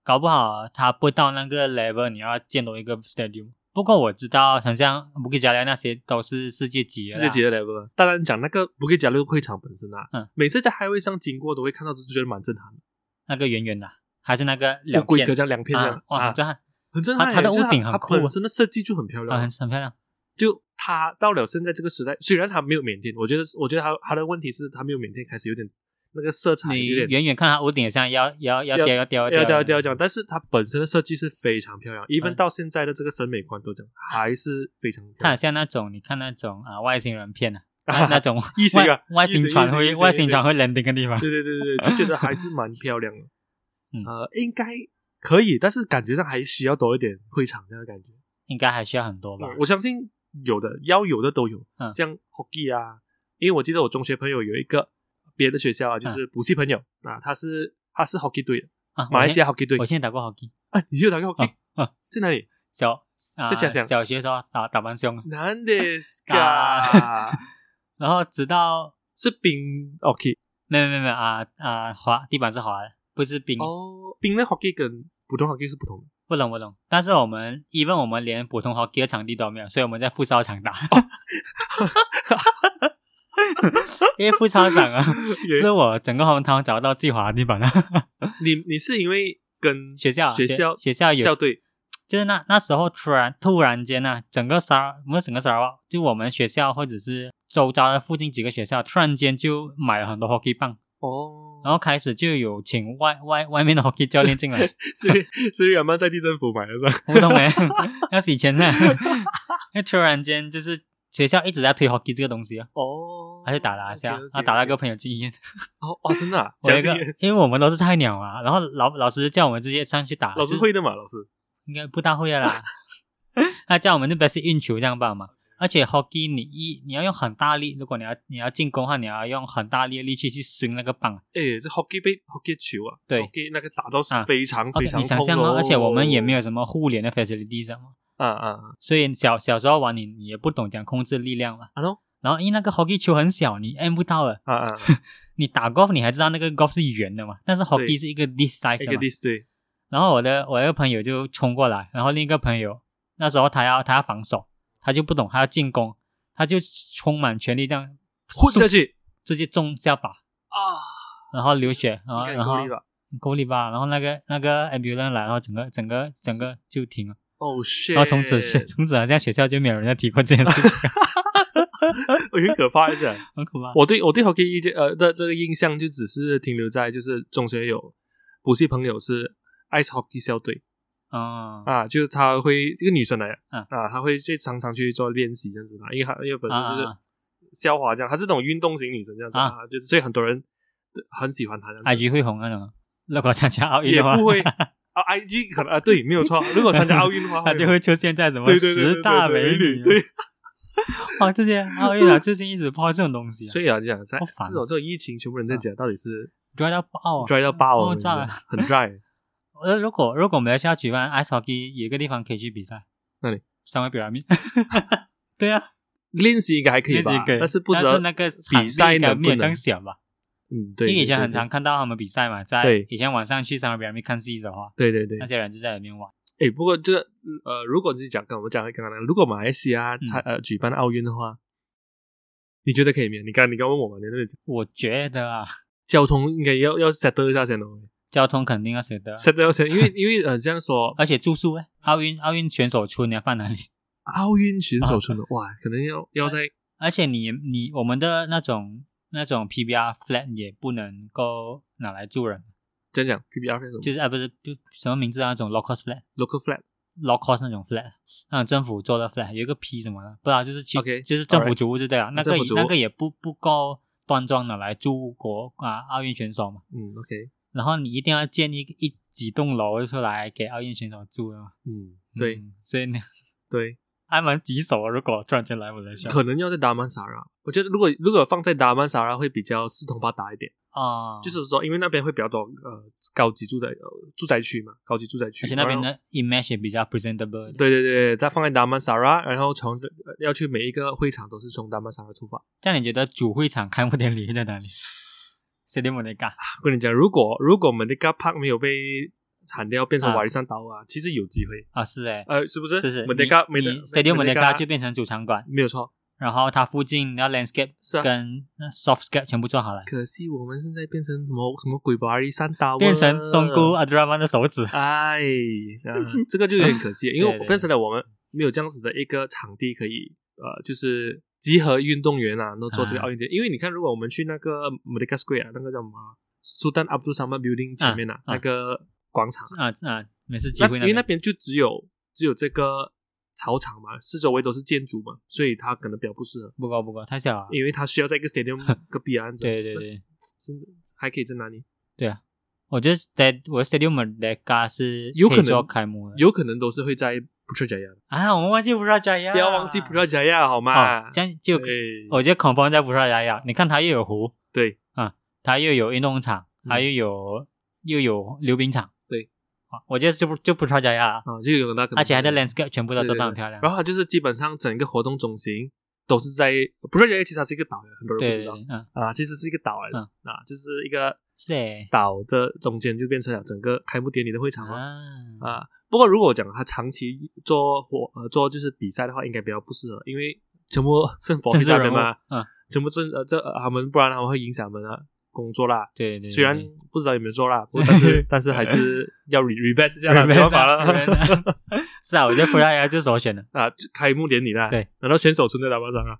S2: 搞不好他不到那个 level，你要建多一个 stadium。不过我知道，很像布吉加利亚那些都是世界级的啦，
S1: 世界级的 level 了。当然讲那个 Bukit Jalil 会场本身啊，
S2: 嗯
S1: 每次在 highway 上经过都会看到，就觉得蛮震撼的。
S2: 那个圆圆的，还是那个
S1: 不
S2: 两
S1: 规
S2: 片
S1: 格这样两片这样
S2: 啊，哇，很震撼
S1: 很震撼耶。
S2: 它它的
S1: 就是
S2: 屋顶
S1: 它
S2: 很酷啊
S1: 它本身的设计就很漂
S2: 啊，
S1: 亮
S2: 很。很漂亮。
S1: 就它到了现在这个时代，虽然它没有缅甸，我觉得我觉得它它的问题是它没有缅甸开始有点那个色彩
S2: 你
S1: 有点
S2: 远远看它屋顶，好像要要要掉要掉
S1: 要
S2: 掉
S1: 要要讲，但是它本身的设计是非常漂亮，even
S2: 嗯
S1: 到现在的这个审美观都讲还是非常
S2: 它
S1: 漂
S2: 很
S1: 亮。
S2: 像那种你看那种啊外星人
S1: [laughs]
S2: 片啊，那那种
S1: 异形啊
S2: 外外
S1: 异形
S2: 星船
S1: 异
S2: 会
S1: 形
S2: 外
S1: 异形
S2: 星船会 landing 的地
S1: [laughs]
S2: 方，
S1: 对对对对，对就觉得还是蛮漂亮的。
S2: 嗯
S1: 呃，应该可以，但是感觉上还需要多一点会场这样的感觉。
S2: 应该还需要很多吧？
S1: 我相信有的要有的都有，
S2: 嗯
S1: 像 hockey 啊，因为我记得我中学朋友有一个别的学校啊，就是补习朋友啊，他是他是 hockey 队的，
S2: 啊，
S1: 马来西亚
S2: 嗯我
S1: hockey 队
S2: 现在我。现在打过 hockey，
S1: 啊，你就打过 hockey
S2: 啊啊
S1: 在哪里？
S2: 小啊
S1: 在家乡
S2: 小学的时候打打蛮凶， [laughs]
S1: 南的
S2: 啊
S1: ska
S2: 然后直到
S1: [laughs] 是冰 hockey
S2: 没有没有没有啊啊滑地板是滑的，不是冰，
S1: 哦，冰的 hockey 跟普通 hockey 是不同的。
S2: 不懂不懂。但是我们 even 我们连普通 hockey 的场地都没有，所以我们在富超场打。
S1: 哦
S2: [laughs] 因为富超场啊，
S1: [laughs]
S2: [laughs] 是我整个hometown 找到最滑的地方了。
S1: 你你是因为跟
S2: [laughs] 学校
S1: 学校
S2: 学校有
S1: 校队
S2: 就是那那时候突然突然间呢、啊，整个沙我们整个沙瓦，就我们学校或者是周遭的附近几个学校，突然间就买了很多 hockey 棒，
S1: 哦，
S2: 然后开始就有请外外外面的 hockey 教练
S1: [laughs]
S2: 进来。
S1: 是 [laughs] 是原本在地政府买的是吧？
S2: 不懂哎， [laughs] 要洗钱呢。 [laughs] 那突然间就是学校一直在推 hockey 这个东西啊，
S1: 哦，
S2: 他就打了一下
S1: OK，OK，，
S2: 他打到一
S1: OK
S2: 个朋友进医院。
S1: 哦哇，真的啊，
S2: [laughs] 我
S1: 讲
S2: 有一
S1: 这
S2: 个，因为我们都是菜鸟啊，然后老老师叫我们直接上去打，
S1: 老师
S2: 就
S1: 会的嘛，老师
S2: 应该不大会的啦。 [laughs] 他叫我们那边是运球这样棒嘛，而且 hockey 你一你要用很大力，如果你要你要进攻的话，你要用很大力的力气去swing 那个棒。
S1: 哎，这 hockey 被 hockey 球啊，
S2: 对
S1: hockey 那个打到是
S2: 啊
S1: 非常
S2: OK，
S1: 非常
S2: 你想
S1: 痛
S2: 象吗？
S1: 哦，
S2: 而且我们也没有什么互联的 facility 什么，
S1: 啊啊啊，
S2: 所以小小时候玩你你也不懂讲控制力量嘛。
S1: 啊喽
S2: 然后因为那个 hockey 球很小，你按不到了。
S1: 啊啊，
S2: 你打 golf 你还知道那个 golf 是圆的嘛，但是 hockey 是一个 this size
S1: 一个
S2: 的嘛。
S1: dis 对，
S2: 然后我的我一个朋友就冲过来，然后另一个朋友那时候他要他要防守，他就不懂他要进攻，他就充满全力这样
S1: 混下去
S2: 直接中下巴，
S1: 啊，
S2: 然后流血，然后
S1: 应该
S2: 哦然后
S1: 够力吧
S2: 够力吧，然后那个那个 ambulance 来，然后整个整个整个就停了，
S1: 哦 shit，哎
S2: 然后从
S1: [laughs]
S2: 此学从此好像学校就没有人再提过这件事情，
S1: 我很可怕一下。
S2: 很可怕。
S1: 我对我对 hockey 意见呃的这个印象就只是停留在就是中学有补习朋友是 ice hockey 校队，
S2: 嗯
S1: 啊，就是她会一个女生来的，
S2: 啊
S1: 啊，她会去常常去做练习这样子嘛，因为她因为本身就是
S2: 啊啊
S1: 肖华这样，她是那种运动型女生这样子
S2: 啊，
S1: 就是所以很多人很喜欢她这样子。
S2: ，IG 会红那种。如果参加奥运
S1: 也
S2: 的话，
S1: 不会啊，IG 可能啊，对，没有错。如果参加奥运的
S2: [laughs]
S1: 话，
S2: 他就会出现在什么
S1: 对对对对对
S2: 十大美女，
S1: 对，
S2: 哇，这些奥运啊，最近一直抛这种东西啊，
S1: 所以啊，你想在
S2: 好烦
S1: 这种这种疫情，全部人在家到底是
S2: dry 到爆啊
S1: dry 到爆啊，
S2: 爆
S1: 我觉
S2: 炸
S1: 得
S2: 啊。
S1: 很 dry。
S2: 呃，如果如果我们要下举办 ice hockey，有一个地方可以去比赛，
S1: 哪里？
S2: 三维比拉米。 [laughs] 对啊，
S1: 练习应该还可以吧
S2: 那几，个
S1: 但是不知
S2: 但
S1: 道
S2: 是那个
S1: 比赛
S2: 的
S1: 能不
S2: 面
S1: 能
S2: 更。小吧？
S1: 嗯，
S2: 因
S1: 对，
S2: 为以前
S1: 对
S2: 很常，看到他们比赛嘛，在
S1: 对
S2: 以前晚上去三维比拉米看戏的话，
S1: 对对对
S2: 那
S1: 对。
S2: 些人就在里面玩。
S1: 哎，不过这个呃，如果你是讲跟我们讲刚刚那个，呃如果马来西亚参
S2: 嗯
S1: 呃举办奥运的话，你觉得可以没有？你刚你刚问我嘛，你那个
S2: 我觉得啊，
S1: 交通应该要要 settle 一下先哦
S2: 交通肯定要舍得，啊
S1: ，settle 先，
S2: [laughs]
S1: 因为因为呃这样说，
S2: 而且住宿哎，奥运奥运选手村你要放哪里？
S1: 奥运选手村的哇，可能
S2: 嗯
S1: 要要在
S2: 而且你你我们的那种那种 PBR flat 也不能够拿来住人，
S1: 讲讲 PBR 是什么
S2: 就是啊不是就什么名字啊那种 low cost flat。
S1: ？Local flat。
S2: low cost 那种 flat，那种政府做的 flat，有一个 P 什么的，不知道就是其
S1: OK，
S2: 就是政
S1: alright
S2: 府主屋就对了，那
S1: 政
S2: 个
S1: 府主屋
S2: 那个也不不够端庄的来住国啊奥运选手嘛，
S1: 嗯，OK，
S2: 然后你一定要建一一几栋楼出来给奥运选手住的嘛，
S1: 嗯，对
S2: 嗯所以呢，
S1: 对，
S2: 还蛮棘手啊，如果突然间来我来想
S1: 可能要在达曼萨拉。我觉得如果如果放在达曼萨拉会比较四通八达一点，
S2: 啊，
S1: 就是说因为那边会比较多呃高级住宅呃住宅区嘛，高级住宅区，
S2: 而且那边
S1: 然后。
S2: 的 image 也比较 presentable，一点，
S1: 对对对，再放在达曼萨拉，然后从这呃要去每一个会场都是从达曼萨拉出发。
S2: 这样你觉得主会场开幕典礼会
S1: [laughs]
S2: 在哪里？谁的莫内嘎？
S1: 我跟你讲，如果如果 Merdeka Park 没有被铲掉，变成
S2: 啊
S1: 瓦里山岛啊，其实有机会。
S2: 啊是哎，
S1: 呃，是不是？
S2: 是是
S1: m e d e k a
S2: 你你 Stadium Merdeka 就变成主场馆，
S1: 没有错，
S2: 然后它附近要 landscape
S1: 是啊。啊
S2: 跟那 softscape 全部做好了，
S1: 可惜我们现在变成什么什么鬼巴里三大，
S2: 变成东姑。阿德拉曼的手指。
S1: [laughs] 哎，啊，这个就有点可惜，因为
S2: 对
S1: 我
S2: 对
S1: 变成了我们没有这样子的一个场地可以呃，就是集合运动员啊，然后做这个
S2: 啊
S1: 奥运节。因为你看，如果我们去那个 m e d i c a Square 啊，那个叫什么 Sultan Abdul Samad Building 前面啊，
S2: 啊
S1: 那个广场啊，
S2: 啊啊，每次机
S1: 那
S2: 会
S1: 因为那
S2: 边
S1: 边就只有只有这个草场嘛，四周围都是建筑嘛，所以它可能比较不适合，
S2: 不够不够太小了。
S1: 因为它需要在一个 stadium 隔壁啊，这样
S2: 对对
S1: 但是 [laughs]
S2: 对
S1: 真的还可以在哪里？
S2: 对啊，我觉得 Stad 我 Stadium 的嘎是
S1: 有可能
S2: 可以做开幕的。
S1: 有可能都是会在普特加亚的，
S2: 啊，我们忘记布拉加亚，
S1: 不要忘
S2: 啊
S1: 记普特加亚好吗
S2: 哦，？这样就
S1: 对
S2: 我觉得孔方在布拉加亚，你看它又有湖，啊
S1: 对
S2: 它又有运动场，
S1: 嗯
S2: 它又有又有溜冰场。
S1: 对
S2: 啊，我觉得就不就布拉加亚啊，
S1: 啊，就有那个，
S2: 而且它的 landscape 全部都
S1: 对
S2: 做
S1: 对
S2: 得很
S1: 对
S2: 漂亮。
S1: 然后它就是基本上整个活动中心都是在普特加亚，其实它是一个岛的，很多人
S2: 对
S1: 不
S2: 对
S1: 知道
S2: 对，嗯，
S1: 啊，其实是一个岛来的
S2: 嗯
S1: 啊，就是一个
S2: 是诶
S1: 岛的中间就变成了整个开幕典礼的会场了
S2: 啊。
S1: 啊。不过如果讲它长期做活呃做就是比赛的话，应该比较不适合，因为全部政府
S2: 政治
S1: 下
S2: 人
S1: 面
S2: 物，
S1: 嘛，
S2: 嗯，
S1: 全部政呃这呃他们不然他们会影响我们的工作啦。
S2: 对对对，
S1: 虽
S2: [laughs]
S1: 然不知道有没有做啦，不过但是但是还是要 re rebate 一下啦，没办法了
S2: 是啊啊，我觉得葡萄牙就是首选的
S1: 啊！就开幕典礼啦，
S2: 对，
S1: 难道选手村在打巴掌啊？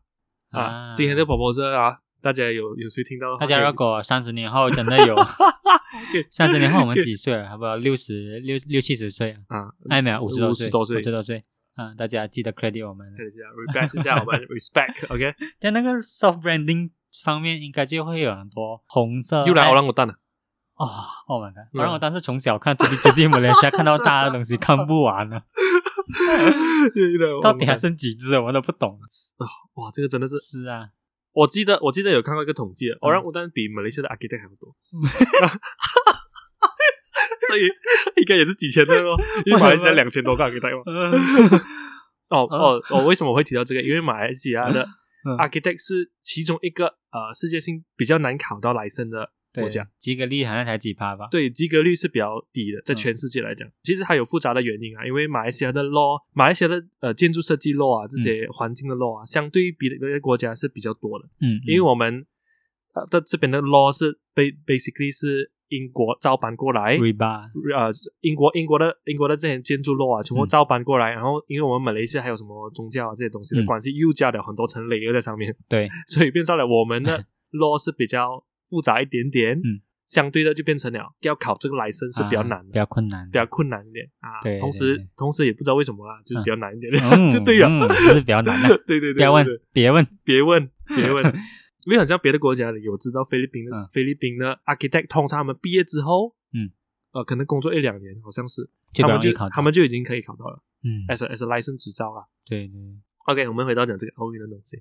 S1: [laughs] 啊，今天的
S2: 的
S1: 宝宝这啊，大家有有谁听到的话？
S2: 大家如果三十年后真的
S1: [laughs]
S2: 有， [laughs] 三十年后我们几岁了？差不多六十六六七十岁啊？
S1: 啊，
S2: 哎，没有五十多
S1: 50
S2: 岁，
S1: 多岁
S2: 五十多岁。嗯，大家记得 credit 我们。
S1: 看一下 rebate 一下我们
S2: [laughs]
S1: respect，OK，
S2: 在那个 soft branding 方面，应该就会有很多红色。
S1: 又来啊
S2: 哎
S1: 奥朗古蛋了，
S2: 哦，Oh my
S1: 嗯
S2: god！
S1: 啊
S2: 我让我当时从小看 G G D 马来西亚
S1: [laughs]
S2: 看到大的东西看不完了，
S1: 又
S2: [laughs]
S1: 来 Olang
S2: 到底还
S1: Utan
S2: 剩几只我们都不懂。
S1: 哇，这个真的是，
S2: 是
S1: [laughs]
S2: 啊，
S1: 我记得我记得有看过一个统计
S2: 嗯
S1: 的，奥朗古蛋比马来西亚的 architect 还要多。 [laughs] 所以应该也是几千个咯，因为马来西亚两千多个 architect 嘛。哦哦哦，为什么我会提到这个？因为马来西亚的
S2: 嗯
S1: architect 是其中一个呃世界性比较难考到来生的国
S2: 对
S1: 家，，
S2: 及格力好像才几趴吧？
S1: 对及格率是比较低的，在
S2: 嗯
S1: 全世界来讲，其实它有复杂的原因啊，因为马来西亚的 law，马来西亚的呃建筑设计 law
S2: 嗯
S1: 啊，这些环境的 law 啊，相对于别的别的国家是比较多的，
S2: 嗯，嗯，
S1: 因为我们呃的这边的 law 是 ba- basically 是英国照搬过来，
S2: 尾巴，
S1: 呃，英国英国的英国的这些建筑楼啊，全
S2: 嗯
S1: 部照搬过来，然后因为我们马来西亚还有什么宗教啊这些东西的
S2: 嗯
S1: 关系，又加了很多层 layer 在上面，
S2: 对， [laughs]
S1: 所以变成了我们的 law 是比较复杂一点点，
S2: 嗯，
S1: 相对的就变成了要考这个 license 是比较难
S2: 啊比
S1: 的，
S2: 较困难， [laughs]
S1: 比较 [laughs] 困难一点啊。
S2: 对
S1: 同
S2: 对
S1: 时
S2: 对
S1: 同时也不知道为什么啦，就是
S2: 嗯
S1: 比较难一点，[laughs]
S2: 嗯
S1: 就对了。，
S2: 嗯就是比较难的
S1: [laughs] 对对对，
S2: 不要问
S1: 对对，
S2: 别问，
S1: 别问，别问，
S2: [laughs]
S1: 因为好像别的国家里，我知道菲律宾的、
S2: 嗯
S1: 菲律宾的 architect，通常他们毕业之后，
S2: 嗯，
S1: 呃，可能工作一两年，好像是他
S2: 就比较
S1: 们
S2: 容易
S1: 就
S2: 考到，
S1: 他们就哎已经可以考到了
S2: 嗯，
S1: ，as a, as a license 执照啦。
S2: 对对
S1: OK，我们回到讲这个奥运的东
S2: [laughs]
S1: 西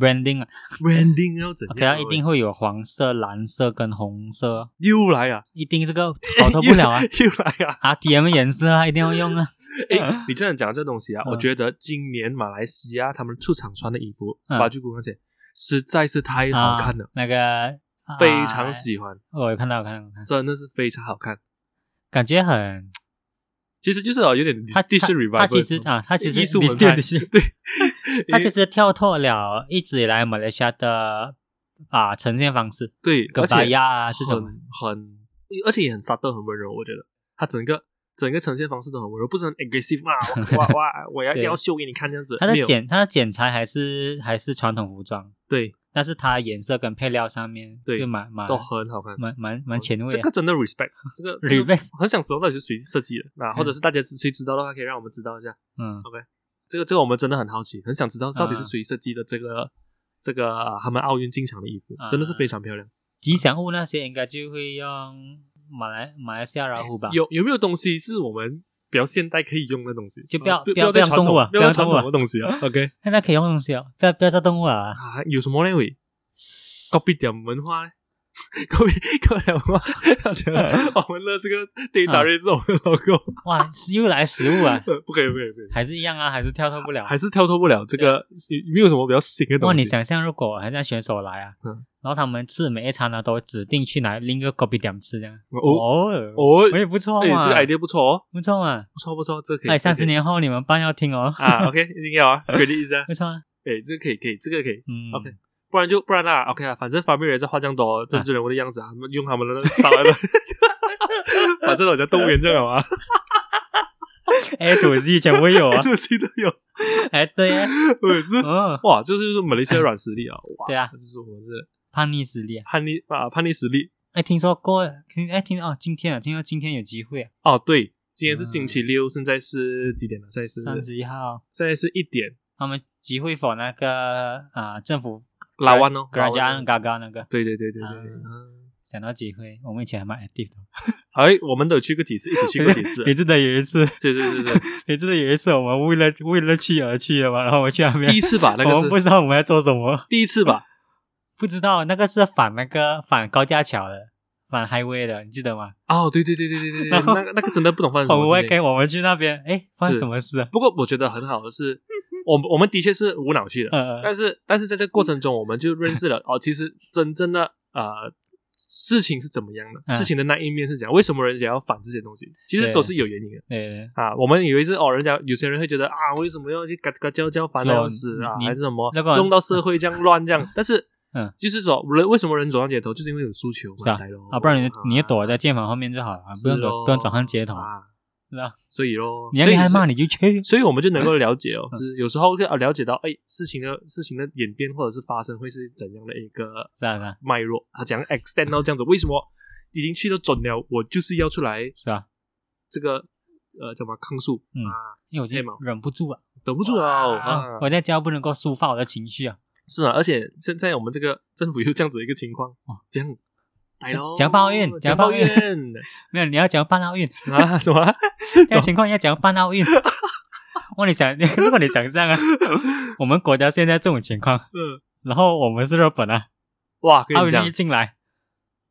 S2: ，branding 啊
S1: ，branding 要怎样
S2: ，OK，它一定会有黄色、蓝色跟红色，
S1: 又来啊，
S2: 一定
S1: [laughs]
S2: 这个逃脱不了啊 [laughs]
S1: 又来啊！
S2: ，RTM 颜色啊，一定要用
S1: [laughs]
S2: 啊，
S1: 哎，你这样讲这东西啊，
S2: 嗯
S1: 我觉得今年马来西亚他们出场穿的衣服，
S2: 嗯
S1: 巴居古那些实在是太好看了
S2: 啊，那个
S1: 非常，喜欢，
S2: 啊我有看到，我看到，我看到，
S1: 真的是非常好看。
S2: 感觉很，
S1: 其实就是哦，有点
S2: 他
S1: d i s t
S2: 他
S1: i revival，
S2: 他其实啊，他其实
S1: 艺术
S2: dis-
S1: 门派 [laughs]
S2: dis-
S1: 对，
S2: 他其实跳脱了一直以来马来西亚的啊呈现方式，
S1: 对，
S2: 跟
S1: 而
S2: 巴
S1: 且
S2: 亚啊这种，
S1: 很很，而且也很 subtle，很温柔。我觉得他整个整个呈现方式都很温柔，不是很 aggressive 啊，
S2: [laughs]
S1: 哇哇哇，我要一定要秀给你看这样子。
S2: 它
S1: 没
S2: 的
S1: 有
S2: 剪它的剪裁还是还是传统服装，
S1: 对
S2: 但是它颜色跟配料上面
S1: 对
S2: 就蛮蛮
S1: 都很好看，
S2: 蛮蛮蛮前卫
S1: 这
S2: 啊
S1: 个，真的 respect，这个这个
S2: Respect
S1: 很想知道到底是谁设计的啊，
S2: 嗯
S1: 或者是大家知谁知道的话，可以让我们知道一下。
S2: 嗯，
S1: 这个这个我们真的很好奇，很想知道到底是
S2: 啊
S1: 谁设计的这个。这个啊他们奥运进场的衣服
S2: 啊
S1: 真的是非常漂亮。
S2: 吉祥物那些应该就会用马来马来西亚老虎吧，
S1: 有有没有东西是我们比较现代可以用的东西？
S2: 就不要
S1: 呃
S2: 不要
S1: 再
S2: 不要
S1: 传统
S2: 动物啊
S1: 不要再
S2: 不要
S1: 传
S2: 动物啊
S1: 统的东西啊。OK，
S2: 那可以用东西哦，不要不要做动物啊，
S1: 啊，有什么呢？喂，copy 点文化呢？copy copy 点文化，我觉得 [laughs] 我们的这个
S2: 嗯
S1: data rate 是我们的 logo，，
S2: 哇，又来食物啊
S1: 呃不可以，不可以，不可以。
S2: 还是一样啊，还是跳脱不了。
S1: 还是跳脱不了这个，没有什么比较新的
S2: 哇，
S1: 东
S2: 你
S1: 西。
S2: 想象如果好像选手来啊，
S1: 嗯
S2: 然后他们吃每一餐呢都指定去哪另一个 copy 点吃这样，
S1: 哦
S2: 哦，
S1: 哦，
S2: 我也不错
S1: 哎，
S2: 嘛，
S1: 这个 idea 不错哦，
S2: 不错嘛，
S1: 不错不错，这个可以。
S2: 哎，
S1: 这个
S2: 三
S1: 可
S2: 十
S1: 以
S2: 年后你们班要听哦， [laughs]
S1: 啊，OK，一定要啊 [laughs] ，credit 一下。
S2: 不错啊，
S1: 哎，这个可以，可以，这个可以。
S2: 嗯
S1: OK 不然就不然啦，OK 啊，反正 family 在画这样多政治人物的样子啊，他们用他们
S2: [laughs]
S1: 的 [laughs] style 来，反正好像动物园这样啊，
S2: ，A to Z 哎全部有啊 [laughs]
S1: [laughs] ，这些都有。
S2: 哎，对啊，
S1: 我也是
S2: 嗯，
S1: 哇，这就是马来西亚软实力啊！哇，
S2: 对啊
S1: 就是我们是
S2: 叛逆实力啊，
S1: 叛逆啊，叛逆实力
S2: 哎，听说过，听哎听哦，今天啊，听说今天有机会啊，
S1: 哦。对，今天是星期六，现在是几点了？现在是
S2: 嗯三十一号
S1: 现在是一点，
S2: 他们集会否那个啊政府
S1: 拉弯哦，
S2: 格拉
S1: 拉
S2: 加安
S1: 弯哦
S2: 嘎嘎那个，
S1: 对对对对对。
S2: 啊
S1: 嗯
S2: 想到集会，我们以前还蛮 active 的，
S1: 哎，我们都有去过几次，一起去过几 [laughs] 次
S2: [laughs] 。你记得有一次。
S1: 对对 [laughs] 对对，
S2: 你记得有一次我们为了为了去而去的嘛，然后我们去那
S1: [laughs]
S2: 边
S1: 第一，次吧，那
S2: 我
S1: 个
S2: 们不
S1: 是
S2: 知道我们要做什么，
S1: 第一次吧，
S2: 不知道那个是反那个反高架桥的，反 highway 的，你记得吗？
S1: [laughs] 哦，对对对对对对对，那
S2: 然后
S1: 个那个真的不懂发生什
S2: 我
S1: 么事
S2: 们
S1: 情。
S2: 跟我们去那边，哎，发生
S1: 是
S2: 什么事啊？
S1: 不过我觉得很好的是， [laughs] 我们我们的确是无脑去的，
S2: 呃，
S1: 但是但是在这过程中，我们就认识了哦，其实真正的呃事情是怎么样的，
S2: 嗯
S1: 事情的那一面是怎样，为什么人家要反这些东西，其实
S2: 对
S1: 都是有原因的。
S2: 对对，
S1: 啊，我们以为是哦，人家有些人会觉得啊，为什么要去嘎嘎叫叫烦的
S2: 是哦
S1: 要死啊，
S2: 你
S1: 还是什么
S2: 那个
S1: 弄到社会这样乱这样？
S2: [laughs]
S1: 但是，
S2: 嗯，
S1: 就是说人为什么人走上街头，就是因为有诉求
S2: 是
S1: 嘛，
S2: 啊
S1: 来咯
S2: 啊，不然你
S1: 啊
S2: 你就躲在键房后面就好了，
S1: 是
S2: 不用
S1: 咯
S2: 躲不用走上街头，
S1: 啊，
S2: 是吧？
S1: 所以咯，
S2: 你要
S1: 所以
S2: 厉害
S1: 是
S2: 骂你就嗯去， [laughs]
S1: 所以我们就能够了解哦，是有时候会啊了解到，哎，事情的事情的演变或者是发生会是怎样的一个
S2: 是啊是啊
S1: 脉络，它怎样 extend 到这样子，为什么已经去到准了，我就是要出来
S2: 是吧？
S1: 这个呃叫什么抗诉，
S2: 嗯
S1: 啊，
S2: 因为我就
S1: 对嘛
S2: 忍不住啊，
S1: 等不住了哦啊，
S2: 我在家不能够抒发我的情绪啊，
S1: 是啊，而且现在我们这个政府又这样子的一个情况
S2: 哇，
S1: 这样。哎来咯
S2: 讲抱怨
S1: 讲
S2: 讲
S1: 抱
S2: 抱
S1: 怨
S2: 怨 [laughs] 没有你要讲办奥运，
S1: 啊？ [laughs] 什么？
S2: 这种情况要讲办奥运。 [laughs] 哇，你想， [laughs] 如果你想
S1: [laughs]
S2: 象啊，我们国家现在这种情况，
S1: 嗯，
S2: 然后我们是日本啊，
S1: 哇！跟
S2: 奥
S1: 你
S2: 运
S1: 讲
S2: 一，进来，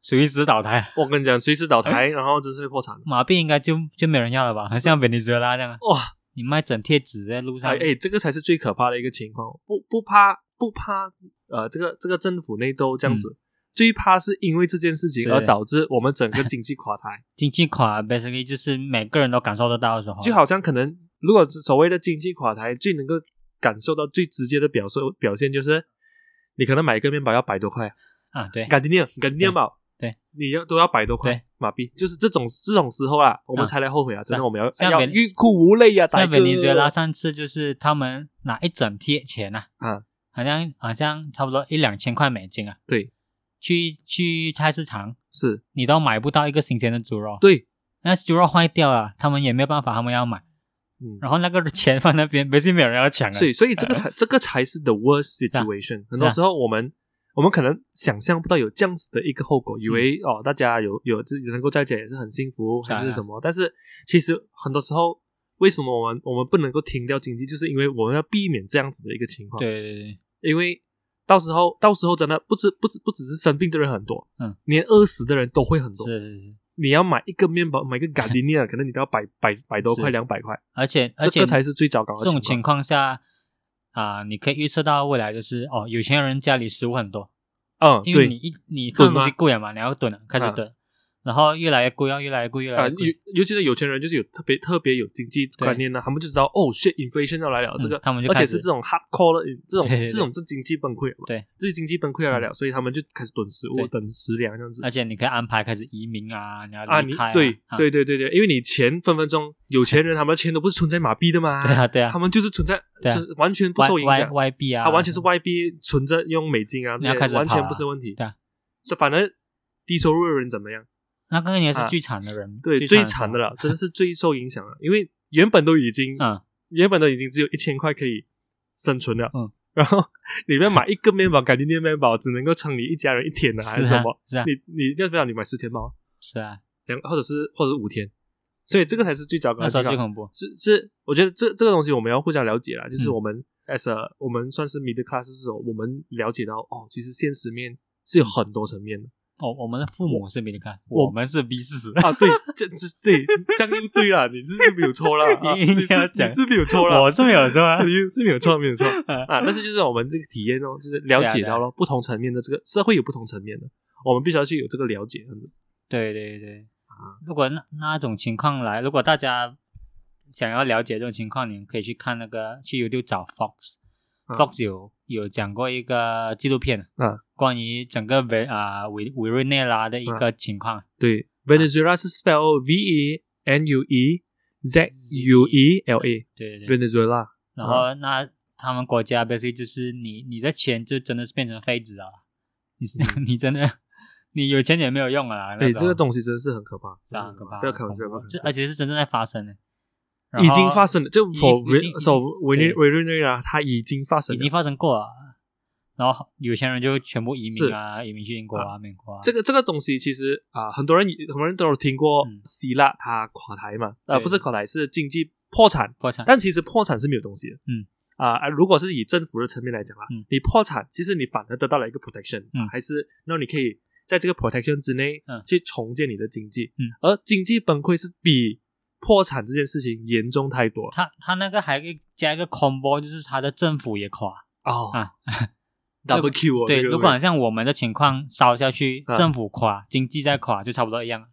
S2: 随时倒台，
S1: 我跟你讲，随时倒
S2: 哎
S1: 台，然后真是会破产。
S2: 马币应该就就没有人要了吧？很像委内瑞拉那样啊，
S1: 哇，
S2: 你卖整贴纸在路上，
S1: 哎哎，这个才是最可怕的一个情况，不不怕不怕，呃，这个这个政府内斗这样子，最怕是因为这件事情
S2: 嗯是
S1: 而导致我们整个经济垮
S2: [laughs]
S1: 台，
S2: 经济垮，basically 就是每个人都感受得到的时候，
S1: 就好像可能如果是所谓的经济垮台，最能够感受到最直接的表受表现就是，你可能买一个面包要百多块，
S2: 啊，对，
S1: 干爹干爹嘛，
S2: 对，
S1: 你要都要百多块
S2: 对
S1: 马币，就是这种这种时候啊，我们
S2: 啊
S1: 才来后悔啊，真的我们要
S2: 像
S1: 要
S2: 美
S1: 欲哭无泪呀、啊，大
S2: 在
S1: 哥
S2: 委内瑞拉上次就是他们拿一整贴钱啊，
S1: 啊，
S2: 好像好像差不多一两千块美金啊，
S1: 对，
S2: 去去菜市场，
S1: 是
S2: 你都买不到一个新鲜的猪肉，
S1: 对，
S2: 那猪肉坏掉了，他们也没有办法，他们要买，
S1: 嗯，
S2: 然后那个钱放那边，不 [laughs] 是没有人要抢啊。
S1: 所以所以这个才这个才是 the worst
S2: 啊
S1: situation。很多时候我们我们可能想象不到有这样子的一个后果，以为哦大家有有自己能够在家也是很幸福
S2: 嗯是啊
S1: 还是什么，但是其实很多时候。为什么我们我们不能够停掉经济？就是因为我们要避免这样子的一个情况。
S2: 对对对，
S1: 因为到时候到时候真的不只不只不只是生病的人很多，
S2: 嗯，
S1: 连饿死的人都会很多。
S2: 是是是，
S1: 你要买一个面包，买一个咖喱面，啊可能你都要百百百多块、
S2: 是
S1: 两百块，
S2: 而且而
S1: 这
S2: 且
S1: 个才是最糟糕的
S2: 这种
S1: 情
S2: 情况下啊、你可以预测到未来就是哦，有钱人家里食物很多，
S1: 况。嗯，
S2: 因为你
S1: 对，
S2: 一你
S1: 囤
S2: 看东西
S1: 吗
S2: 贵了嘛，你要囤了，开始
S1: 啊
S2: 囤，然后越来越贵，要越来越贵，越
S1: 啊，
S2: 来越贵。嗯
S1: 尤尤其是有钱人，就是有特别特别有经济观念的，他们就知道哦，shit，inflation 要来了，这个
S2: 他嗯们就
S1: 而
S2: 开
S1: 且
S2: 始
S1: 是这种 hardcore 的这种
S2: 对对对
S1: 这种是经济崩溃了嘛，
S2: 对，嗯
S1: 这是经济崩溃来了，所以他们就开始囤食物
S2: 对、
S1: 囤食粮这样子
S2: 而。且你可以安排开始移民啊，你要
S1: 啊，
S2: 离
S1: 你
S2: 开、啊
S1: 对
S2: 啊
S1: 对对对对，因为你钱分分钟有钱人他们钱都不是存在马币的嘛，
S2: [laughs] 对啊对啊
S1: 他，们就是存在，
S2: 对啊
S1: 是完全不
S2: Y-
S1: 受影
S2: Y
S1: 响，
S2: Y B 啊，
S1: 他完全是外币存着用美金啊，
S2: 你
S1: 这
S2: 要
S1: 些
S2: 开始
S1: 完
S2: 跑
S1: 全
S2: 啊
S1: 不是问题。
S2: 对啊，
S1: 就反正低收入的人怎么样？
S2: 那个也是
S1: 啊
S2: 最惨的人，
S1: 对，最
S2: 惨
S1: 惨的了，真的是最受影响了，啊因为原本都已经
S2: 啊、
S1: 原本都已经只有一千块可以生存了，
S2: 嗯，
S1: 然后里面买一个面包，改天面包只能够撑你一家人一天
S2: 嗯，
S1: 的，还
S2: 是
S1: 是什
S2: 啊 [laughs]
S1: 么？，
S2: 是啊，
S1: 你你要不要你买十天包？
S2: 是啊，
S1: 两或者是或者是五天，所呃以这个才是最糟糕
S2: 那
S1: 的
S2: 时候
S1: 情
S2: 最
S1: 况。
S2: 恐怖，
S1: 是是，我觉得这这个东西我们要互相了解啦，就是
S2: 嗯
S1: 我们 as a 我们算是 middle class 的时候，我们了解到哦，其实现实面是有很多层面的
S2: 哦，我们的父母是没得看，
S1: 我
S2: 我们是 B 四
S1: [laughs]
S2: 十，
S1: 啊。对，这这这这样又对啦，你是没有错啦，啊
S2: [laughs] 一
S1: 你
S2: 定
S1: 是
S2: 要讲
S1: 你是没有错啦，
S2: 我是没有错啊
S1: 你是没有错，没
S2: [laughs]
S1: 有错啊。但是就是我们这个体验哦，就是了解到
S2: 对
S1: 了不同层面的这个社会有不同层面的，我们必须要去有这个了解，这样子
S2: 对对对，
S1: 啊
S2: 如果那那种情况来，如果大家想要了解这种情况，你们可以去看那个去 YouTube 找 Fox。
S1: 啊
S2: Fox 有有讲过一个纪录片，
S1: 啊，
S2: 关于整个委啊委委内瑞拉的一个情况，
S1: 对，Venezuela 是 spell V E N U E Z U E L A
S2: 对对对，
S1: Venezuela
S2: 然后那他们国家 basically 就是你你的钱就真的是变成废纸啊，你是 [laughs] 你真的你有钱也没有用啊，
S1: 哎，
S2: 那
S1: 这个
S2: 种
S1: 东西真是很可怕，
S2: 是啊很可怕，
S1: 不要开玩笑，
S2: 很
S1: 不要开
S2: 恐怖
S1: 玩
S2: 这
S1: 笑
S2: 而且是真正在发生的，然
S1: 已经
S2: 后
S1: 发生了，就
S2: 已
S1: for
S2: 已经
S1: Ve- so 委内
S2: 对
S1: 委内瑞拉，它已经发生
S2: 已
S1: 了
S2: 经。发生过了，然后有钱人就全部移
S1: 是
S2: 民啊，移民去英国啊、美国啊，
S1: 这个这个东西其实啊、很多人很多人都有听过
S2: 嗯
S1: 希腊它垮台嘛，啊、
S2: 对
S1: 不是垮台是经济破产，
S2: 破产，
S1: 但其实破产是没有东西的，
S2: 嗯
S1: 啊、啊如果是以政府的层面来讲啦，
S2: 嗯
S1: 你破产，其实你反而得到了一个 protection，、啊
S2: 嗯
S1: 还是那你可以在这个 protection 之内，
S2: 嗯
S1: 去重建你的经济，
S2: 嗯
S1: 而经济崩溃是比破产这件事情严重太多了
S2: 他他那个还加一个 combo，就是他的政府也垮。
S1: 哦 [laughs]
S2: 啊
S1: ，double Q 哦，
S2: 对，
S1: 这个
S2: 如果像我们的情况烧下去，
S1: 啊
S2: 政府垮，经济再垮，就差不多一样。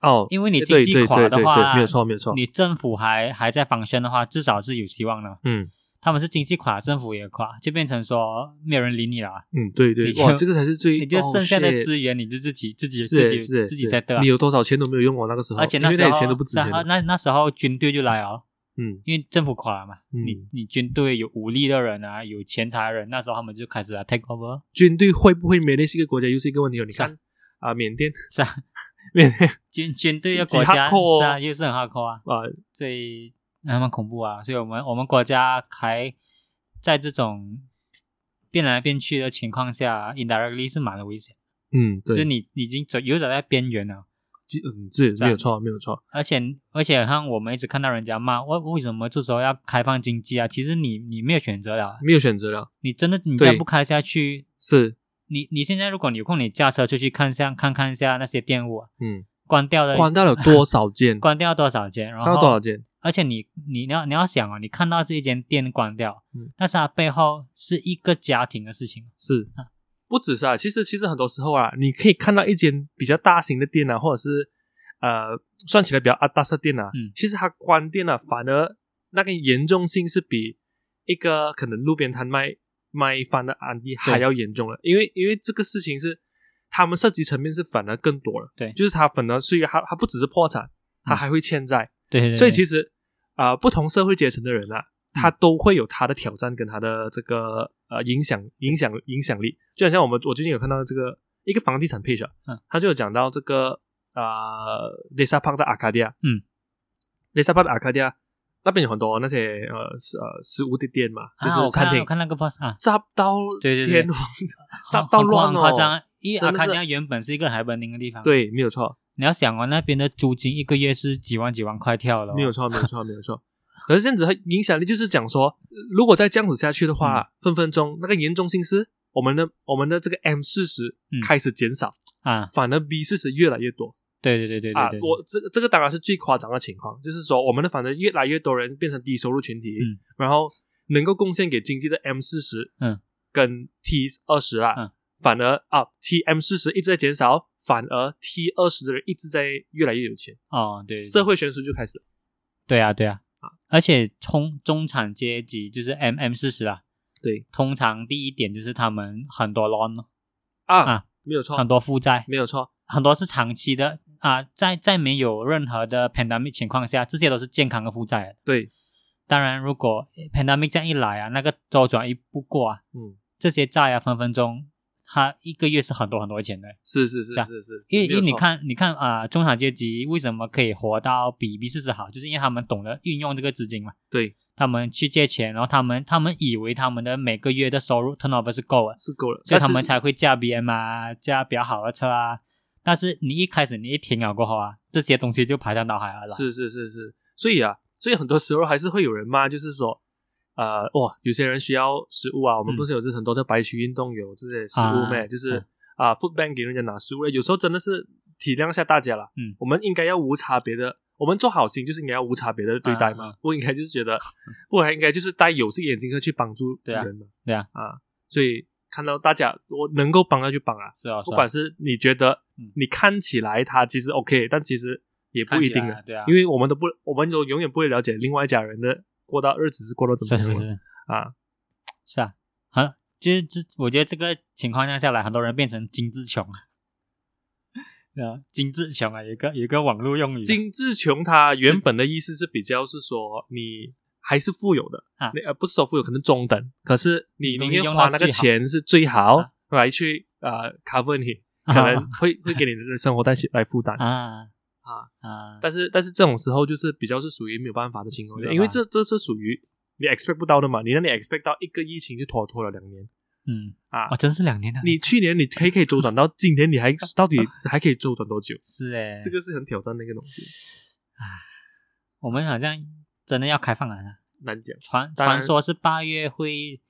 S1: 哦，
S2: 因为你经
S1: 对
S2: 济
S1: 对
S2: 垮
S1: 对
S2: 的
S1: 对
S2: 话，
S1: 对，没有错没有错，
S2: 你政府还还在防身的话，至少是有希望的。
S1: 嗯。
S2: 他们是经济垮，政府也垮，就变成说没有人理你了啊，
S1: 嗯，对对
S2: 你，就
S1: 哇，这个才是最，
S2: 你就剩下
S1: 哦
S2: 的
S1: ，shit
S2: 资源你就自己自己自
S1: 是
S2: 己
S1: 是
S2: 自己
S1: 是
S2: 在得啊
S1: 你。有多少钱都没有用哦，那个时候，
S2: 而且
S1: 因
S2: 那
S1: 为
S2: 时
S1: 那些
S2: 候
S1: 钱都不值钱
S2: 那
S1: 了，
S2: 那那时候军队就来了，
S1: 嗯，
S2: 因为政府垮了嘛，
S1: 嗯
S2: 你你军队有武力的人啊，有钱财的人，那时候他们就开始来 take over， [laughs]
S1: 军队会不会 manage 一个国家又是一个问题哦。你
S2: 是啊
S1: 看啊，缅甸
S2: 是啊，
S1: 缅甸
S2: 军军队
S1: 是
S2: 的
S1: 几
S2: 国家
S1: hardcore 哦
S2: 是啊，又是很 hardcore 啊，
S1: 啊，
S2: 所以那蛮恐怖啊。所以我们我们国家还在这种变来变去的情况下，indirectly 是蛮危险，
S1: 嗯，
S2: 就是
S1: 对，
S2: 你已经走游走在边缘了。
S1: 基嗯，是
S2: 是啊
S1: 没有错，没有错，
S2: 而且而且，好像我们一直看到人家骂为为什么这时候要开放经济啊？其实你你没有选择了，
S1: 没有选择了，
S2: 你真的你
S1: 对
S2: 再不开下去，
S1: 是，
S2: 你你现在如果你有空，你驾车出去看下看看一下那些店屋啊、
S1: 嗯，
S2: 关掉了
S1: 关掉了多少件，
S2: [laughs] 关掉多少间，然
S1: 看到多少
S2: 后
S1: 件，
S2: 而且你你要你要想哦，你看到这一间店关掉，
S1: 嗯
S2: 但是它背后是一个家庭的事情，
S1: 是。不只是啊，其实其实很多时候啊，你可以看到一间比较大型的店啊，或者是呃算起来比较阿达斯的店啊，
S2: 嗯
S1: 其实它关店了、啊反而那个严重性是比一个可能路边摊卖卖饭的安迪还要严重了，因为因为这个事情是他们涉及层面是反而更多了，
S2: 对嗯
S1: 就是他反而所以他他不只是破产，他还会欠债，
S2: 对对对，
S1: 所以
S2: 实
S1: 其实啊、呃不同社会阶层的人啊，他
S2: 嗯
S1: 都会有他的挑战跟他的这个呃影响影响影响力。就好像我们我最近有看到这个一个房地产 page，、啊、
S2: 嗯，
S1: 他就有讲到这个呃 Lisa Park 的 Arcadia，
S2: 嗯
S1: ，Lisa Park 的 Arcadia 那边有很多那些呃食呃食物的店嘛，就
S2: 啊
S1: 是
S2: 我看
S1: 餐
S2: 到
S1: 厅
S2: 我，看那个 post 啊，
S1: 炸到
S2: 对对对
S1: 天荒，炸
S2: 很
S1: 到
S2: 很夸
S1: 乱
S2: 很
S1: 哦，
S2: 夸张啊。因为
S1: 真
S2: 阿
S1: 的
S2: 卡
S1: 是
S2: 尼亚原本是一个海本宁的地方，，
S1: [laughs] 对，没有错，
S2: 你要想哦，那边的租金一个月是几万几万块跳了哦，
S1: 没有错，没有错，没有错。可是这样子，它影响力就是讲说，呃如果再这样子下去的话，
S2: 嗯
S1: 分分钟那个严重性是我们的我们的这个 M 四十
S2: 嗯
S1: 开始减少，
S2: 啊，
S1: 反而 B 四十越来越多。
S2: 对对对对
S1: 啊
S2: 对对，，
S1: 我这个这个当然是最夸张的情况，就是说我们的反正越来越多人变成低收入群体，
S2: 嗯
S1: 然后能够贡献给经济的 M 四十，
S2: 嗯，
S1: 跟 T 二十啦，
S2: 嗯
S1: 反而啊 T M 四十一直在减少，反而 T 二十的人一直在越来越有钱，
S2: 哦对，对对
S1: 社会悬殊就开始了，
S2: 对啊，对啊，而且中中产阶级就是 M M 四十啊，
S1: 对
S2: 通常第一点就是他们很多 loan，咯
S1: 啊，
S2: 啊
S1: 没有错
S2: 很，多负债，
S1: 没有错，
S2: 很多是长期的啊，在在没有任何的 pandemic 情况下，这些都是健康的负债来的。
S1: 对，
S2: 当然，如果 pandemic 这样一来啊，那个周转一不过啊，
S1: 嗯，
S2: 这些债啊分分钟他一个月是很多很多钱的。
S1: 是是是
S2: 这样
S1: 是是，是
S2: 啊因为
S1: 没有
S2: 因为你
S1: 错
S2: 看，你看啊、中产阶级为什么可以活到比 B 四十好，就是因为他们懂得运用这个资金嘛。
S1: 对
S2: 他们去借钱，然后他们他们以为他们的每个月的收入 turnover 是够了，
S1: 是够了，
S2: 所以他
S1: 但是
S2: 们才会驾 BM 啊，驾比较好的车啊。但是你一开始你一停了过后啊，这些东西就排在脑海了啦。
S1: 是是是是，所以啊，所以很多时候还是会有人骂，就是说，呃，哇，有些人需要食物啊，我们
S2: 嗯
S1: 不是有这很多这白区运动有这些食物
S2: 啊
S1: 咩、就是
S2: 嗯
S1: 啊、f o o d bank 给人家拿食物，有时候真的是体谅一下大家啦。
S2: 嗯
S1: 我们应该要无差别的，我们做好心就是应该要无差别的对待嘛，
S2: 啊
S1: [laughs] 不应该就是觉得，不然应该就是戴有色眼镜去帮助
S2: 对啊
S1: 人嘛，
S2: 对啊，
S1: 啊，所以看到大家我能够帮的就帮啊，
S2: 是啊，
S1: 不管
S2: 是
S1: 是你觉得
S2: 嗯
S1: 你看起来他其实 OK，但其实也
S2: 啊
S1: 不一定
S2: 看起
S1: 的
S2: 来啊，对啊，
S1: 因为我们都不，我们都永远不会了解另外一家人的过到日子是过到怎么
S2: 是是
S1: 样的
S2: 是
S1: 啊。
S2: 是啊，很就是这，我觉得这个情况下下来，很多人变成精致穷啊。对 [laughs] 啊，精致穷啊，有一个有一个网络用语啊
S1: 金志琼他原本的意思是比较是说你还是富有的
S2: 啊
S1: 你呃不是说富有，可能中等，可是你宁
S2: 明明
S1: 愿
S2: 用
S1: 花那
S2: 到
S1: 个
S2: 最好
S1: 钱是最好
S2: 啊
S1: 来去呃 cover 你，
S2: [laughs]
S1: 可能会会给你的生活带来负担。
S2: 啊
S1: 啊
S2: 啊，
S1: 但是但是这种时候就是比较是属于没有办法的情况
S2: 没有
S1: 下，
S2: 办法
S1: 因为这这是属于你 expect 不到的嘛，你让你 expect 到一个疫情就拖拖了两年
S2: 嗯，
S1: 啊
S2: 哦，，真是两年了，
S1: 你去年你可以可以周转到今年，
S2: [laughs]
S1: 你还到底还可以周转多久？
S2: 是哎，
S1: 这个是很挑战的一个东西，
S2: 我们好像真的要开放了啊。
S1: 难讲。
S2: 传
S1: 当然
S2: 传说是八月会，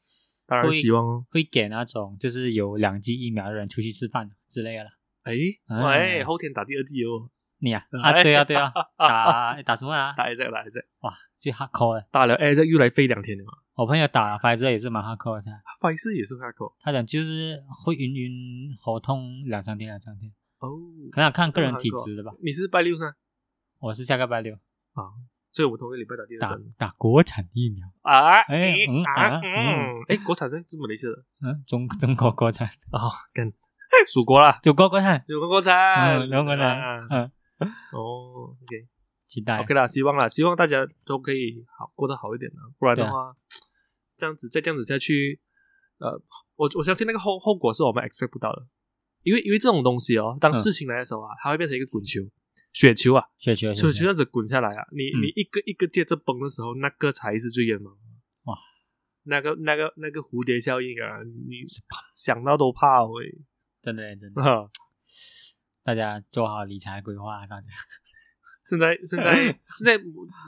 S1: 当然
S2: 会
S1: 希望哦。
S2: 会给那种就是有两剂疫苗的人出去吃饭之类的啦。
S1: 哎，
S2: 啊
S1: 喂，后天打第二季哦，，
S2: 你啊啊对啊
S1: [laughs]
S2: 对啊，
S1: 打
S2: 打打什么啊？
S1: 打一下打一下，
S2: 哇，最 hardcore 的。
S1: 打了哎，这又来飞两天了嘛。
S2: 我朋友打了 Pfizer 也是蛮 hardcore 的，
S1: 怀斯也是开口
S2: 他讲就是会晕晕喉痛两三天两三天，
S1: 哦，
S2: 可能看个人体质的吧。
S1: 你是拜六噻，
S2: 我是下个拜六
S1: 所以我同一个礼拜打第二
S2: 打
S1: 针
S2: 打国产疫苗，
S1: 啊。
S2: 哎
S1: 哎
S2: 嗯
S1: 啊
S2: 啊
S1: 嗯，哎，国产是这么没事的
S2: 嗯，中中国国产，
S1: 哦，跟蜀国啦，
S2: 中国国产，
S1: 蜀国国产，
S2: 嗯，中国国
S1: 啊
S2: 产，哎嗯，
S1: 哦，OK。
S2: 期待
S1: OK 啦，希望啦，希望大家都可以好过得好一点啦，不然的
S2: 对啊
S1: 话，这样子再这样子下去，呃，我我相信那个后后果是我们 expect 不到的，因为因为这种东西哦，当
S2: 嗯
S1: 事情来的时候啊，它会变成一个滚球、雪球啊，
S2: 雪球
S1: 所
S2: 雪
S1: 以就这
S2: 球，
S1: 样子滚下来啊，你、
S2: 嗯
S1: 你一个一个接着崩的时候，那个才是最冤枉的。
S2: 哇，
S1: 那个那个那个蝴蝶效应啊，你想到都怕哦喂、
S2: 真的真的，
S1: 哈，
S2: 大家做好理财规划，大家
S1: 现
S2: [laughs]
S1: 在现在现在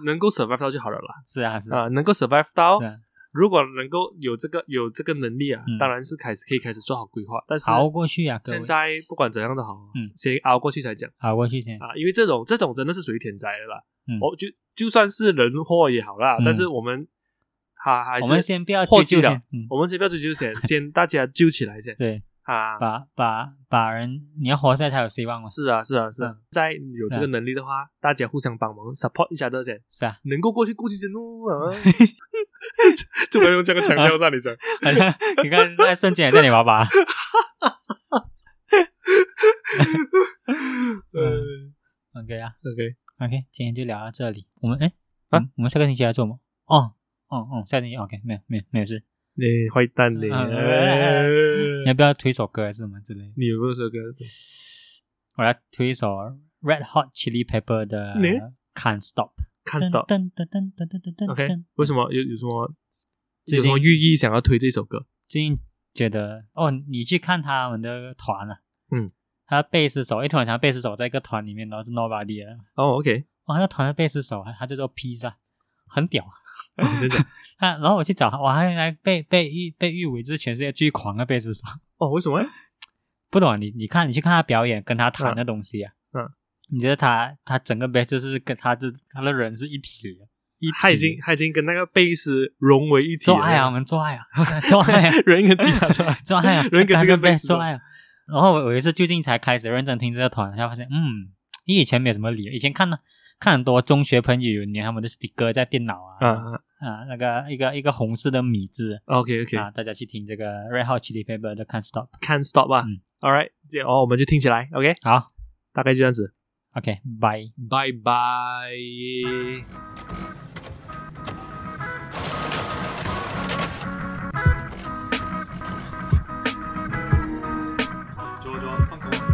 S1: 能够 survive 到就好了啦。
S2: 是啊是啊
S1: 啊、能够 survive 到
S2: 是啊，
S1: 如果能够有这个有这个能力啊，
S2: 嗯
S1: 当然是开始可以开始做好规划。但是
S2: 熬过去啊，各位
S1: 现，在不管怎样都好，
S2: 嗯
S1: 先熬过去才讲
S2: 熬过去先，
S1: 啊，因为这种这种真的是属于天灾的啦。
S2: 嗯
S1: 哦，就就算是人祸也好啦，
S2: 嗯
S1: 但是我们他还是
S2: 我们先不要
S1: 获
S2: 追
S1: 救了
S2: 究先，，嗯，
S1: 我们先不要追究
S2: [laughs]
S1: 先，先大家揪起来先
S2: 对，
S1: 啊。
S2: 把把把人，你要活下来才有希望嘛，
S1: 是啊，是啊，是啊
S2: 嗯，
S1: 在有这个能力的话，大家互相帮忙，support 一下的先，
S2: 是啊，
S1: 能够过去过去先哦。啊 [laughs] 就不要用这个腔调上，你 [laughs] 想。
S2: 好像 [laughs] 你看那瞬间也在你爸爸，
S1: 嗯
S2: [laughs] OK 啊
S1: ，OK，
S2: ，OK，今天就聊到这里，我们哎，
S1: 啊
S2: 嗯我们下个星期要做吗？哦，哦哦，下个星期 OK，没有没有没有事，
S1: 你坏蛋你，
S2: 嗯
S1: 哎
S2: 你要不要推一首歌还是什么之类的？
S1: 你有没有这个？
S2: 我要推一首 Red Hot Chili Pepper 的
S1: 你
S2: Can't Stop。
S1: 看到
S2: 噔噔噔噔噔噔噔
S1: OK？
S2: 噔
S1: 为什么有有什么
S2: 最
S1: 有
S2: 近
S1: 什么寓意想要推这首歌？
S2: 最近觉得哦，你去看他们的团啊，
S1: 嗯，
S2: 他的贝斯手，一突然想到贝斯手在一个团里面，然后是 Nobody 了，
S1: 哦，OK，
S2: 哇，那团的贝斯手啊，他叫做 Pizza，很屌啊。
S1: 哦
S2: [laughs]
S1: 真的
S2: 啊，然后我去找他，哇，他原来被被誉被誉为就是全世界最狂的贝斯手。
S1: 哦，为什么？
S2: 不懂啊你，你看你去看他表演，跟他谈的东西啊，
S1: 嗯嗯
S2: 你觉得他他整个贝就是跟他这他的人是一体的，一体
S1: 他已经他已经跟那个贝斯融为一体
S2: 做爱啊，我
S1: 了，
S2: 们做爱啊， [laughs] 做爱啊，，
S1: [laughs] 人跟吉他出来
S2: [laughs] 做爱啊，
S1: [laughs] 人跟这个贝
S2: 贝
S1: 斯
S2: 做爱啊。然后我我也是最近才开始认真听这个团，才发现，嗯，因为以前没有什么理由，以前看呢看很多中学朋友连他们的 sticker 在电脑啊
S1: 啊啊
S2: 啊那个一个一个红色的米字
S1: ，OK OK，
S2: 啊，大家去听这个 Red Hot Chili Pepper 的 Can't Stop。
S1: 看 stop 吧
S2: 嗯
S1: ，All right，这哦我们就听起来，OK，
S2: 好
S1: 大概就这样子，
S2: ，OK，拜。
S1: 拜拜。左左放空。